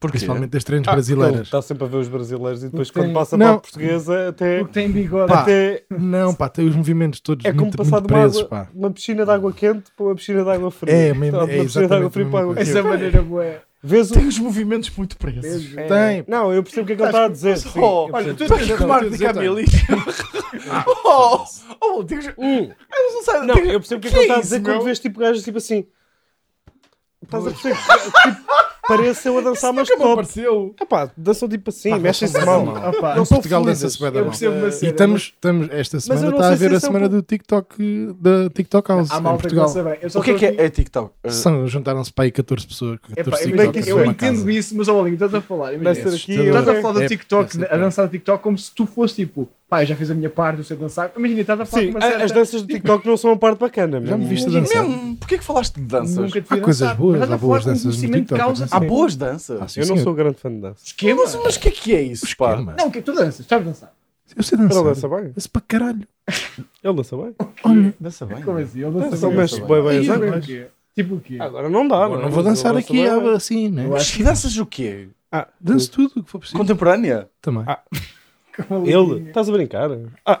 Speaker 1: Porquê?
Speaker 5: principalmente das trends
Speaker 3: Ele
Speaker 5: brasileiras.
Speaker 3: Está Ah, então, tá sempre a ver os brasileiros e depois
Speaker 2: Tem-
Speaker 3: quando passa
Speaker 5: Não.
Speaker 3: para a portuguesa até,
Speaker 2: Porque tem bigode.
Speaker 5: Pá,
Speaker 3: até
Speaker 5: Não, pá, tem os movimentos todos
Speaker 3: tá. é como
Speaker 5: muito,
Speaker 3: passar
Speaker 5: muito
Speaker 3: de uma,
Speaker 5: presos,
Speaker 3: água-
Speaker 5: pá.
Speaker 3: uma piscina de água quente para uma piscina de água fria.
Speaker 5: É, mesmo-
Speaker 3: Ou de
Speaker 5: é
Speaker 3: uma piscina de água
Speaker 5: exatamente
Speaker 3: fria
Speaker 5: a
Speaker 3: para
Speaker 5: mesma
Speaker 3: água
Speaker 5: coisa.
Speaker 3: quente.
Speaker 2: Essa maneira boa.
Speaker 3: Vês o...
Speaker 6: Tem os movimentos muito presos.
Speaker 5: Tem.
Speaker 3: Não, eu percebo o que é que ele está a dizer. sim.
Speaker 6: Oh,
Speaker 3: Eu
Speaker 6: olha,
Speaker 3: percebo.
Speaker 6: tu tens que tomar de Camille.
Speaker 3: Ah,
Speaker 6: Oh, oh, Deus. Eu não sei.
Speaker 3: Um. Não, eu percebo o que é que ele está a dizer
Speaker 6: isso,
Speaker 3: quando
Speaker 6: meu?
Speaker 3: vês tipo gajos tipo assim. Estás a perceber? que, tipo, pareceu a dançar, mas
Speaker 6: Nunca me
Speaker 3: top.
Speaker 6: apareceu.
Speaker 3: Epá, dançam tipo assim, mexem-se
Speaker 5: dançam
Speaker 3: mal.
Speaker 5: bué da mal.
Speaker 2: Ah, pá,
Speaker 3: Não são
Speaker 5: Portugal
Speaker 3: felizes.
Speaker 5: dança-se bué da
Speaker 2: eu
Speaker 5: mal.
Speaker 2: percebo uma
Speaker 5: E
Speaker 2: cena.
Speaker 5: estamos, estamos, esta
Speaker 3: eu
Speaker 5: semana
Speaker 3: não
Speaker 5: está
Speaker 3: sei
Speaker 5: a
Speaker 3: se
Speaker 5: ver a
Speaker 3: esse é um
Speaker 5: semana
Speaker 3: pouco-
Speaker 5: do TikTok, da TikTok House
Speaker 2: Há
Speaker 5: em
Speaker 2: malta que não
Speaker 5: Portugal.
Speaker 2: sabe bem. Eu só
Speaker 1: O que é que
Speaker 2: estou a
Speaker 1: é, é
Speaker 3: tipo,
Speaker 1: TikTok? Uh,
Speaker 5: São, juntaram-se para aí 14
Speaker 3: É
Speaker 5: pessoas.
Speaker 2: ouvir-
Speaker 5: 14
Speaker 2: Epá, eu,
Speaker 5: TikTokers
Speaker 2: eu
Speaker 5: numa
Speaker 2: entendo
Speaker 5: é casa.
Speaker 2: isso, mas ó, Bolinho, estás a falar. imagina.
Speaker 3: Nessa
Speaker 5: É
Speaker 3: daqui
Speaker 5: assustador.
Speaker 2: Estás
Speaker 3: eu-
Speaker 2: a falar do
Speaker 5: É,
Speaker 2: TikTok, né?
Speaker 5: é,
Speaker 2: a dançar do TikTok como se tu fosse tipo, pá, eu já fiz a minha parte, eu sei dançar. Imagina, estás a falar
Speaker 3: Sim,
Speaker 2: de uma
Speaker 3: a-
Speaker 2: certa...
Speaker 3: as danças do TikTok não são uma parte bacana.
Speaker 5: Já me
Speaker 3: mesmo.
Speaker 5: viste a dançar?
Speaker 1: mesmo, porquê que falaste de danças?
Speaker 2: Nunca te
Speaker 5: Há
Speaker 2: vi
Speaker 5: coisas
Speaker 2: dançar,
Speaker 5: boas,
Speaker 2: mas estás a
Speaker 5: há boas
Speaker 2: falar com
Speaker 5: danças no
Speaker 2: conhecimento de
Speaker 5: TikTok,
Speaker 2: causa.
Speaker 5: atenção.
Speaker 1: Há boas danças.
Speaker 5: Ah, sim,
Speaker 3: Eu não
Speaker 5: senhor.
Speaker 3: sou grande fã de dança.
Speaker 2: Esquema.
Speaker 1: mas, mas o que é que é isso, pá?
Speaker 5: Esquema.
Speaker 2: Não, que tu danças, sabes dançar.
Speaker 5: Eu sei
Speaker 3: Ele
Speaker 5: dançar.
Speaker 3: dança bem.
Speaker 5: Isso para caralho.
Speaker 3: Ele dança bem.
Speaker 1: Dança bem.
Speaker 3: né?
Speaker 2: Como assim? Eu danço
Speaker 3: Só
Speaker 2: bem.
Speaker 3: mexe bem bem as
Speaker 2: Tipo
Speaker 3: águas.
Speaker 2: o quê? Tipo o quê?
Speaker 3: Agora não é? dá.
Speaker 5: Não vou dançar aqui ah, assim, né?
Speaker 2: Eu acho-
Speaker 1: Mas que danças o quê?
Speaker 3: Ah,
Speaker 5: Danço tudo o que for preciso.
Speaker 1: Contemporânea?
Speaker 5: Também.
Speaker 3: Ah,
Speaker 2: Com a
Speaker 3: ele?
Speaker 2: luzinha.
Speaker 3: Estás a brincar? Ah,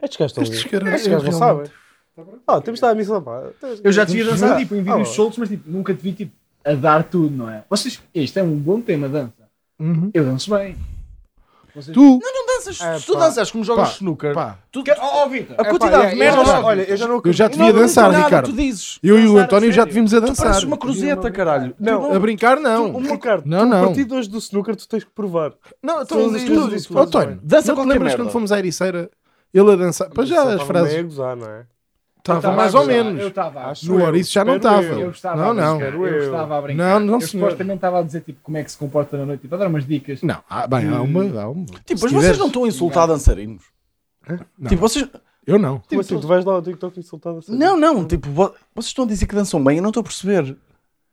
Speaker 3: estes gajos estão
Speaker 5: Estes
Speaker 3: ali.
Speaker 5: caras-
Speaker 3: Estes gajos não
Speaker 5: realmente.
Speaker 3: sabem. Ah, temos de dar a missão, pá.
Speaker 2: Eu já te vi a dançar
Speaker 3: Ah,
Speaker 2: tipo, em
Speaker 3: ah,
Speaker 2: vídeos
Speaker 3: lá.
Speaker 2: soltos, mas tipo, nunca te vi tipo, a dar tudo, não é? Vocês, este é um bom tema, dança.
Speaker 5: Uhum.
Speaker 2: Eu danço bem. Vocês...
Speaker 5: Tu,
Speaker 1: Não danças,
Speaker 3: É,
Speaker 1: se tu
Speaker 3: pá.
Speaker 1: danças como jogas
Speaker 5: Pá,
Speaker 1: snooker,
Speaker 5: pá,
Speaker 1: tu-
Speaker 2: Que- Oh, oh, Vitor!
Speaker 1: a quantidade de merda
Speaker 3: Olha,
Speaker 1: lá-
Speaker 3: Olha, eu já não
Speaker 5: eu já te vi a
Speaker 1: Não, não
Speaker 5: dançar,
Speaker 1: nada,
Speaker 5: Ricardo.
Speaker 1: Tu dizes,
Speaker 5: Eu e o
Speaker 2: Dançar,
Speaker 5: António já te
Speaker 2: sério.
Speaker 5: vimos a
Speaker 1: tu pareces
Speaker 5: dançar.
Speaker 1: uma cruzeta, caralho. Tu
Speaker 3: Não,
Speaker 5: A brincar, não.
Speaker 3: Um Ricardo,
Speaker 5: Não,
Speaker 3: tu,
Speaker 5: não.
Speaker 3: a partir de hoje do snooker tu tens que provar.
Speaker 5: Não,
Speaker 3: Todas as coisas que
Speaker 5: então,
Speaker 3: fazes
Speaker 5: António,
Speaker 3: bem.
Speaker 1: Dança
Speaker 5: não te
Speaker 1: qualquer
Speaker 5: lembras
Speaker 1: merda.
Speaker 5: quando fomos à Ericeira? Ele a dançar. Pois já, as
Speaker 3: Estava meio
Speaker 5: frases.
Speaker 3: a gozar, um não é?
Speaker 5: Estava
Speaker 2: Tava
Speaker 5: mais
Speaker 2: a
Speaker 5: ou
Speaker 2: gozar,
Speaker 5: menos.
Speaker 2: Eu estava.
Speaker 3: Acho
Speaker 5: No
Speaker 3: eu,
Speaker 5: Ouriço já não
Speaker 3: espero
Speaker 5: estava.
Speaker 3: eu.
Speaker 2: Eu estava
Speaker 5: Não,
Speaker 2: a
Speaker 5: não.
Speaker 2: brincar,
Speaker 3: Quero eu.
Speaker 2: eu estava a brincar.
Speaker 5: Não, não,
Speaker 2: eu
Speaker 5: senhor.
Speaker 2: supostamente estava a dizer tipo, como é que se comporta na noite, tipo, a dar umas dicas.
Speaker 5: Não, há, bem, há uma. Há uma.
Speaker 1: Tipo,
Speaker 5: Se
Speaker 1: mas vocês
Speaker 5: quiseres.
Speaker 1: não estão a insultar dançarinos?
Speaker 5: Não.
Speaker 1: Tipo, vocês...
Speaker 5: Eu não.
Speaker 3: Como assim? Tu vais lá ao TikTok insultado assim?
Speaker 1: Não, não, tipo, vo- vocês estão a dizer que dançam bem, eu não estou a perceber.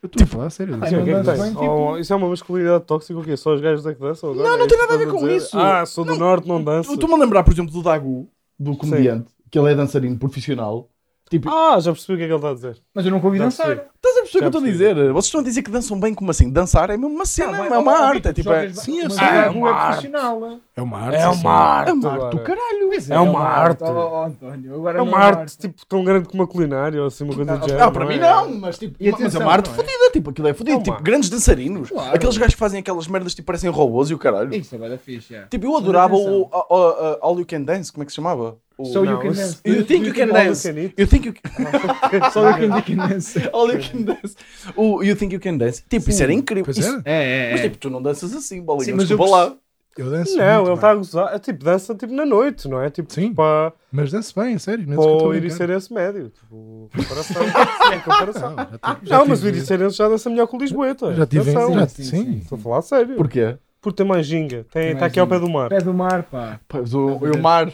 Speaker 5: Eu estou a falar sério.
Speaker 2: Ah,
Speaker 3: Sim, o que é que
Speaker 2: Mas
Speaker 3: tem?
Speaker 2: bem, tipo-
Speaker 3: Oh, isso é uma masculinidade tóxica, o quê? Só os gajos é que dançam? Agora?
Speaker 1: Não, não
Speaker 3: É
Speaker 1: tem
Speaker 3: que
Speaker 1: nada a ver
Speaker 3: estás
Speaker 1: com
Speaker 3: dizer?
Speaker 1: isso.
Speaker 3: Ah, sou do Norte, não danço.
Speaker 1: Eu estou-me a lembrar, por exemplo, do Dagu, do comediante, que ele é dançarino profissional. Tipo,
Speaker 3: Ah, já percebi o que é que ele está a dizer.
Speaker 2: Mas eu não convido
Speaker 3: Já
Speaker 2: dançar.
Speaker 3: percebi.
Speaker 1: estás a perceber o que eu estou a
Speaker 3: percebi.
Speaker 1: dizer? Vocês estão a dizer que dançam bem, como assim? Dançar é mesmo uma cena,
Speaker 2: Não,
Speaker 1: é uma
Speaker 2: Tá ó,
Speaker 1: arte.
Speaker 2: Vitor,
Speaker 1: É tipo, é-
Speaker 2: jogas ba-
Speaker 5: sim, eu
Speaker 2: mas
Speaker 5: sei.
Speaker 2: jogar
Speaker 5: É
Speaker 2: rua
Speaker 5: uma arte.
Speaker 2: profissional. né?
Speaker 5: É uma arte.
Speaker 3: É
Speaker 5: sim,
Speaker 3: uma
Speaker 5: senhor.
Speaker 1: é
Speaker 3: arte.
Speaker 1: uma arte
Speaker 3: agora.
Speaker 1: do caralho.
Speaker 2: Pois
Speaker 3: É uma arte.
Speaker 2: Oh, oh, António, agora
Speaker 3: É uma arte tipo tão grande como a culinária ou assim, uma coisa do género.
Speaker 1: Ah, para mim não, mas tipo,
Speaker 2: E
Speaker 1: mas é
Speaker 2: atenção,
Speaker 1: uma arte
Speaker 2: não é?
Speaker 1: fodida, tipo, aquilo é fodido,
Speaker 3: É uma
Speaker 1: tipo,
Speaker 3: arte.
Speaker 1: grandes dançarinos,
Speaker 2: Claro.
Speaker 1: aqueles gajos que fazem aquelas merdas tipo parecem robôs e o caralho.
Speaker 2: Isso é bué da fixe, é.
Speaker 1: Tipo, eu adorava o,
Speaker 2: atenção.
Speaker 1: a- a- a- All You Can Dance, como é que se chamava? O...
Speaker 2: So
Speaker 3: Não,
Speaker 2: you can
Speaker 3: isso- é tipo
Speaker 2: dance.
Speaker 1: You think Tipo, you can
Speaker 3: All you
Speaker 1: dance.
Speaker 3: can eat.
Speaker 1: You think you can...
Speaker 3: tipo,
Speaker 2: Só eu que dance.
Speaker 1: All you can dance. O You think you can dance. Tipo, isso era incrível.
Speaker 5: Pois
Speaker 1: Isso-
Speaker 5: é,
Speaker 2: É,
Speaker 1: Mas
Speaker 2: é, é.
Speaker 1: tipo, tu não danças assim, bolinha.
Speaker 2: Sim,
Speaker 1: mas
Speaker 2: mas
Speaker 1: desculpa
Speaker 2: eu
Speaker 1: lá.
Speaker 5: eu danço.
Speaker 3: Não,
Speaker 5: muito
Speaker 3: ele
Speaker 5: bem.
Speaker 3: está a gozar. É, tipo, dança tipo na noite, não é? Tipo,
Speaker 5: Sim.
Speaker 3: para,
Speaker 5: Mas danço bem, a sério.
Speaker 3: para o Iricerense médio. Tipo, comparação. Sim, comparação. Não, mas o Iricerense já dança melhor que o Lisboeta.
Speaker 5: Já tive.
Speaker 3: Atenção.
Speaker 5: já-
Speaker 2: Sim,
Speaker 5: Sim.
Speaker 3: Estou a falar a sério. Por,
Speaker 1: Porquê?
Speaker 3: ter mais ginga.
Speaker 2: Tem
Speaker 3: Está
Speaker 2: mais
Speaker 3: aqui ao pé
Speaker 2: ginga.
Speaker 3: do mar.
Speaker 2: Pé do mar, pá.
Speaker 1: Pois o, o mar.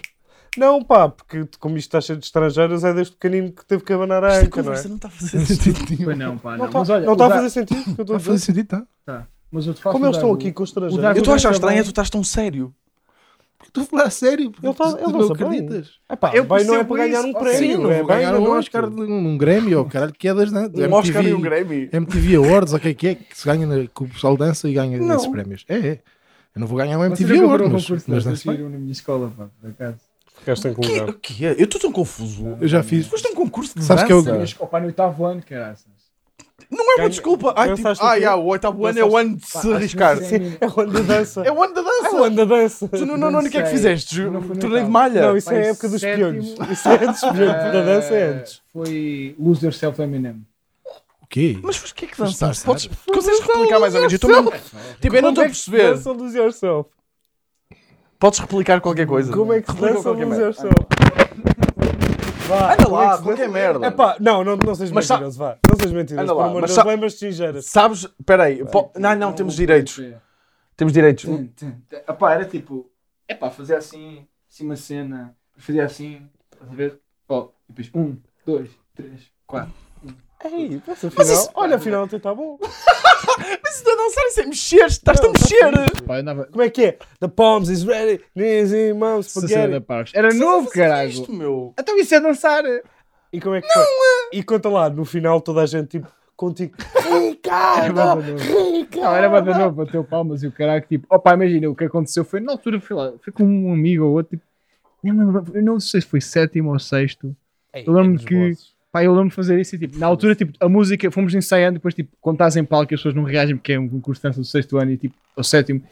Speaker 3: Não, pá, porque como isto está cheio de estrangeiros, é desde pequenino que teve que abanar a
Speaker 1: Esta
Speaker 3: anca, não é?
Speaker 1: conversa não está a fazer sentido.
Speaker 2: Pois não, pá. um-
Speaker 3: Não
Speaker 2: Não,
Speaker 3: está
Speaker 2: mas olha,
Speaker 3: não
Speaker 2: o
Speaker 3: tá a
Speaker 2: da-
Speaker 3: fazer sentido o que eu estou
Speaker 5: Está
Speaker 3: a
Speaker 5: a fazer
Speaker 3: dizer.
Speaker 5: sentido, tá?
Speaker 2: Tá. Mas eu te faço
Speaker 3: Como eles
Speaker 2: mudar
Speaker 3: estão
Speaker 2: o-
Speaker 3: aqui com os
Speaker 2: o Dago-
Speaker 1: Eu
Speaker 3: estrangeiros.
Speaker 1: estou a achar
Speaker 2: Também.
Speaker 1: estranho é tu estás tão sério.
Speaker 5: Estou a falar sério.
Speaker 3: Ele tá-
Speaker 5: tu-
Speaker 3: ele
Speaker 5: tu
Speaker 3: dança
Speaker 5: não
Speaker 3: bem.
Speaker 5: acreditas.
Speaker 3: É pá,
Speaker 2: Eu
Speaker 3: vai não é
Speaker 2: percebo
Speaker 3: para ganhar
Speaker 2: isso.
Speaker 3: um
Speaker 2: Oh,
Speaker 3: prémio,
Speaker 5: Sim, não
Speaker 3: é
Speaker 5: é
Speaker 3: bem
Speaker 5: ganhar
Speaker 3: na
Speaker 5: um
Speaker 3: noite.
Speaker 5: Oscar, de um um Grêmio, ou caralho, que é das danças.
Speaker 1: Um Oscar e um Grammy.
Speaker 5: MTV Awards, ou o que é que é, que se ganha, na- que o pessoal dança e ganha
Speaker 1: Não.
Speaker 5: esses prémios. É, é. Eu não vou ganhar um
Speaker 2: Vocês
Speaker 5: MTV
Speaker 2: nunca foram a
Speaker 5: Awards,
Speaker 2: um
Speaker 5: mas,
Speaker 2: concurso de
Speaker 5: mas
Speaker 2: danças
Speaker 5: danço
Speaker 2: que
Speaker 5: bem.
Speaker 2: viram na minha escola, pá, por acaso.
Speaker 3: Ficaste em
Speaker 1: O que é?
Speaker 3: lugar.
Speaker 1: O que é? Eu estou tão confuso.
Speaker 5: Eu já fiz.
Speaker 1: Foste a um concurso de
Speaker 5: Sabes que eu-
Speaker 1: dança?
Speaker 2: Na minha escola, pá, no oitavo ano, caraças.
Speaker 1: Não é uma
Speaker 3: Ganha-
Speaker 1: desculpa. Ai, tipo,
Speaker 3: Dançaste o
Speaker 1: ah,
Speaker 3: quê?
Speaker 1: yeah, o oitavo ano é o ano de se
Speaker 2: Pá,
Speaker 1: arriscar.
Speaker 2: acho que
Speaker 3: Sim, é o ano da dança.
Speaker 1: É o ano da
Speaker 3: É o
Speaker 1: dança.
Speaker 3: ano da dança.
Speaker 1: Tu não, não, não, o que é que
Speaker 2: sei.
Speaker 1: fizeste?
Speaker 2: Não foi no
Speaker 1: Torneio de
Speaker 2: oitavo.
Speaker 1: malha.
Speaker 3: Não, isso é
Speaker 2: Pai,
Speaker 3: a época dos
Speaker 2: sétimo.
Speaker 3: piolhos. Isso é antes dos piolhos. Da dança é antes.
Speaker 2: Ah, Foi Lose Yourself Eminem.
Speaker 5: O quê?
Speaker 1: Mas o que é que
Speaker 5: Mas
Speaker 1: dançaste? Podes,
Speaker 5: dançaste.
Speaker 1: consegues replicar mais ou menos? Eu estou mesmo. Tipo, eu não estou
Speaker 3: é
Speaker 1: a perceber.
Speaker 3: Dança dos yourself.
Speaker 1: Podes replicar qualquer coisa.
Speaker 3: Como é que se
Speaker 1: Replica
Speaker 3: dança
Speaker 1: qualquer
Speaker 3: dos
Speaker 1: merda.
Speaker 3: yourself? Vá,
Speaker 1: Anda
Speaker 3: como é que
Speaker 1: lá,
Speaker 3: se
Speaker 1: qualquer merda.
Speaker 3: Epá, não, não, não sejas
Speaker 1: Mas sa-
Speaker 3: mentiroso, vá. Não sejas mentiroso,
Speaker 1: Anda
Speaker 3: pelo
Speaker 1: lá,
Speaker 3: amor
Speaker 1: mas
Speaker 3: de
Speaker 1: sa-
Speaker 3: Deus, lembras-te singeiras.
Speaker 1: Sabes? Peraí. po- Não, não,
Speaker 2: um
Speaker 1: temos direitos. Temos direitos.
Speaker 2: Epá, era tipo, epá, fazer assim, assim uma cena, fazer assim, estás a ver? Ó, e depois, um, dois, três, quatro.
Speaker 3: Ei, mas afinal,
Speaker 1: isso-
Speaker 3: olha, afinal até está bom.
Speaker 1: Mas isso não é dançar, isso é mexer. Estás-te a mexer.
Speaker 2: Pá, eu andava,
Speaker 3: Como é que é? The palms is ready, knees in mom,
Speaker 2: essa cena da
Speaker 3: spaghetti.
Speaker 2: Parks. Era novo,
Speaker 1: Isto,
Speaker 2: caralho.
Speaker 1: meu.
Speaker 2: Então isso é dançar.
Speaker 3: E como é que foi? E conta lá, no final toda a gente tipo, contigo. É Ricardo!
Speaker 2: Não, era banda nova, bateu palmas e o caraca, tipo, opa, imagina, o que aconteceu foi, na altura, fui lá, fui com um amigo ou outro, tipo, nem me lembro, eu não sei se foi sétimo ou sexto, Eu lembro-me que- pá, eu lembro de fazer isso e, tipo, na altura, tipo, a música, fomos ensaiando, depois, tipo, quando estás em palco e as pessoas não reagem porque é um concurso de dança do sexto ano e, tipo, ou sétimo,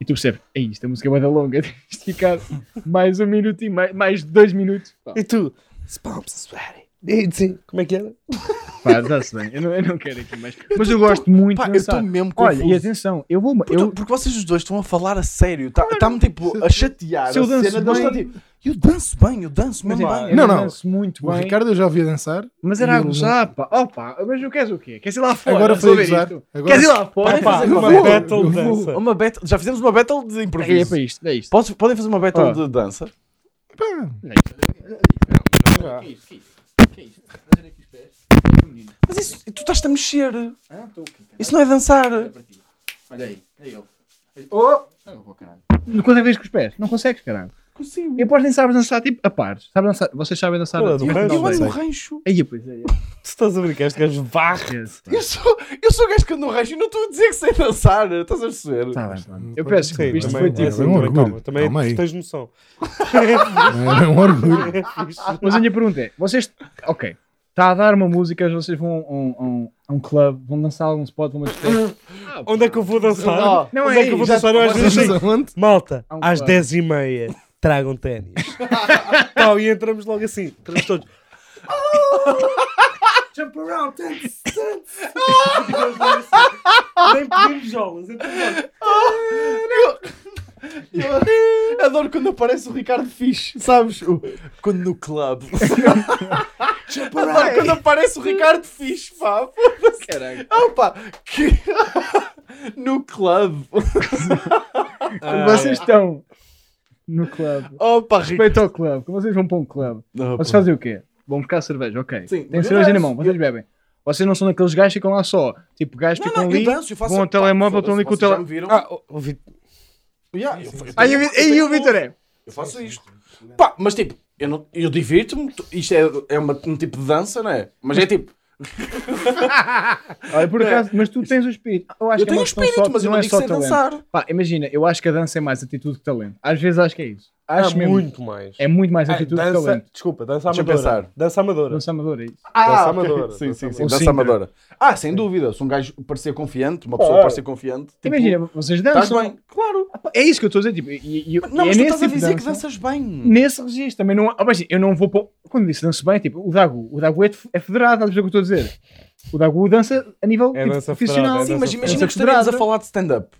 Speaker 2: e tu percebes, é isto, a música é banda longa, tens de esticar mais um minuto e mais, mais dois minutos, pá,
Speaker 3: E tu? Spumps, sweaty. dancing. Como é que era?
Speaker 2: pá dá-se bem, eu não, eu não quero aqui mais, mas eu gosto muito
Speaker 1: Pá,
Speaker 2: de
Speaker 1: eu estou
Speaker 2: dançar.
Speaker 1: mesmo
Speaker 2: Olha,
Speaker 1: confuso.
Speaker 2: e atenção, eu vou,
Speaker 1: Puta,
Speaker 2: eu,
Speaker 1: Porque vocês os dois estão a falar a sério. Está-me tipo a chatear.
Speaker 2: se eu
Speaker 1: a
Speaker 2: danço
Speaker 1: cena deles
Speaker 2: bem-
Speaker 1: tá, tipo, eu danço bem, eu danço mesmo
Speaker 2: Mas,
Speaker 1: bem.
Speaker 2: eu
Speaker 5: Não, não.
Speaker 2: danço muito
Speaker 5: O
Speaker 2: bem.
Speaker 5: Ricardo eu já ouvi dançar.
Speaker 2: Mas era
Speaker 5: E
Speaker 2: a
Speaker 5: ele não-
Speaker 2: gozar, pá. Opa, mas não queres o quê? Queres ir lá fora?
Speaker 5: Agora foi
Speaker 2: resolver
Speaker 5: gozar.
Speaker 2: isto?
Speaker 5: Agora-
Speaker 2: Queres ir lá fora?
Speaker 1: Pá,
Speaker 2: fazer
Speaker 1: eu
Speaker 2: uma
Speaker 1: vou.
Speaker 2: merda?
Speaker 3: battle dança.
Speaker 1: Uma battle, já fizemos uma battle de
Speaker 2: É, é
Speaker 1: improviso.
Speaker 2: para isto, é isto.
Speaker 1: Posso- podem fazer uma battle
Speaker 2: Ah.
Speaker 1: de dança? Mas isso, tu estás-te a mexer. Isso não é dançar.
Speaker 6: Olha aí, é ele. Oh! vou caralho.
Speaker 2: Não consegues ver é com os pés? Não consegues, caralho.
Speaker 1: Consigo.
Speaker 2: E após nem sabes dançar, tipo, a pares. Sabes dançar? Vocês sabem dançar
Speaker 3: Olha,
Speaker 2: a
Speaker 3: do
Speaker 2: tipo,
Speaker 3: resto,
Speaker 1: Eu
Speaker 2: não
Speaker 1: ando
Speaker 2: sei.
Speaker 1: no rancho.
Speaker 2: Aí, pois é.
Speaker 3: Tu estás a brincar, este gajo varre.
Speaker 2: é.
Speaker 1: Eu sou, eu sou o gajo que ando no rancho e não estou a dizer que sei dançar. Estás a perceber?
Speaker 2: Tá bem, pronto. Eu
Speaker 5: Pois,
Speaker 2: peço
Speaker 3: Sim,
Speaker 2: desculpa, isto foi
Speaker 3: também,
Speaker 5: é
Speaker 2: tipo.
Speaker 5: assim.
Speaker 3: também,
Speaker 5: orgulho.
Speaker 3: calma, também
Speaker 5: Calma aí.
Speaker 3: tu tens noção.
Speaker 5: É um orgulho.
Speaker 2: Mas a minha pergunta é: vocês. Ok. Está a dar uma música, vocês vão a um, a um, a um clube, vão dançar a algum spot, vão a uma discoteca.
Speaker 3: Onde é que eu vou dançar?
Speaker 1: Não,
Speaker 2: não
Speaker 3: Onde
Speaker 2: é
Speaker 3: é, que eu vou
Speaker 2: isso.
Speaker 3: dançar? Eu às vezes digo,
Speaker 5: Aonde?
Speaker 3: malta,
Speaker 2: Há um
Speaker 3: às
Speaker 2: plano.
Speaker 3: 10h30 tragam ténis. Pau, e entramos logo assim, entramos todos. Jump around, dance, dance. Nem pedimos jogos, então entramos logo.
Speaker 1: Eu adoro quando aparece o Ricardo Fixe, sabes? O- Quando no club. adoro quando aparece o Ricardo Fixe, pá.
Speaker 2: Caraca.
Speaker 1: Opa! Que... no club.
Speaker 2: Vocês estão no clube.
Speaker 1: Opa, Ricardo.
Speaker 2: Respeito ao clube. Quando vocês vão para um clube, Vocês fazem o quê? Vão buscar cerveja, ok.
Speaker 1: Sim,
Speaker 2: Tem
Speaker 1: mas
Speaker 2: cerveja
Speaker 1: eu
Speaker 2: na
Speaker 1: danço.
Speaker 2: mão, vocês bebem. Vocês não são daqueles gajos que ficam lá só. Tipo, gajos que ficam ali, vão ao telemóvel, estão ali com o telemóvel.
Speaker 1: Ah,
Speaker 3: o Vitor.
Speaker 1: yeah, eu, um- fa-
Speaker 2: Aí o Vi- aí o Vitor é.
Speaker 1: eu faço isto. Pá, mas tipo, eu, não- eu divirto-me. tu- Isto é, é uma- um tipo de dança, não é? Mas é tipo,
Speaker 2: Olha, por acaso, mas tu tens o espírito. Eu,
Speaker 1: É.
Speaker 2: acho
Speaker 1: eu
Speaker 2: que é
Speaker 1: tenho
Speaker 2: uma questão
Speaker 1: espírito,
Speaker 2: só,
Speaker 1: mas eu
Speaker 2: não
Speaker 1: não
Speaker 2: é
Speaker 1: digo que
Speaker 2: só
Speaker 1: sei
Speaker 2: talento.
Speaker 1: dançar.
Speaker 2: Pá, imagina, eu acho que a dança é mais atitude que talento. Às vezes acho que é isso.
Speaker 1: Ah,
Speaker 2: Acho mesmo.
Speaker 3: muito mais.
Speaker 2: É muito mais atitude que talento.
Speaker 3: desculpa, dança
Speaker 1: Deixa eu
Speaker 3: amadora.
Speaker 1: pensar.
Speaker 3: Dança amadora.
Speaker 2: Dança amadora é isso.
Speaker 3: dança
Speaker 1: Ah, ok.
Speaker 3: amadora,
Speaker 1: Sim,
Speaker 3: dança
Speaker 1: sim, sim.
Speaker 2: amadora.
Speaker 1: Dança
Speaker 2: Sim.
Speaker 1: amadora. Ah, sem dúvida. Se um gajo parecer confiante, uma pessoa
Speaker 3: Claro.
Speaker 1: parecer confiante, tipo,
Speaker 2: imagina, vocês
Speaker 1: estás
Speaker 2: dançam.
Speaker 1: bem. Claro.
Speaker 2: É isso que eu estou a dizer. Tipo, e, e,
Speaker 1: Não,
Speaker 2: é
Speaker 1: mas tu
Speaker 2: nesse
Speaker 1: estás a
Speaker 2: tipo de
Speaker 1: dizer que
Speaker 2: dança-
Speaker 1: danças bem.
Speaker 2: nesse registro. Também não, ah, mas, eu não vou pôr. Quando disse danço bem, tipo, o Dago, o Dago é, de- é federado, estás a perceber o que eu estou a dizer? O Dago dança a nível
Speaker 3: É
Speaker 2: tipo,
Speaker 3: dança
Speaker 2: profissional.
Speaker 3: federada, é
Speaker 1: Sim, mas
Speaker 3: dança
Speaker 1: imagina que
Speaker 2: federada.
Speaker 1: estaremos a falar de stand-up.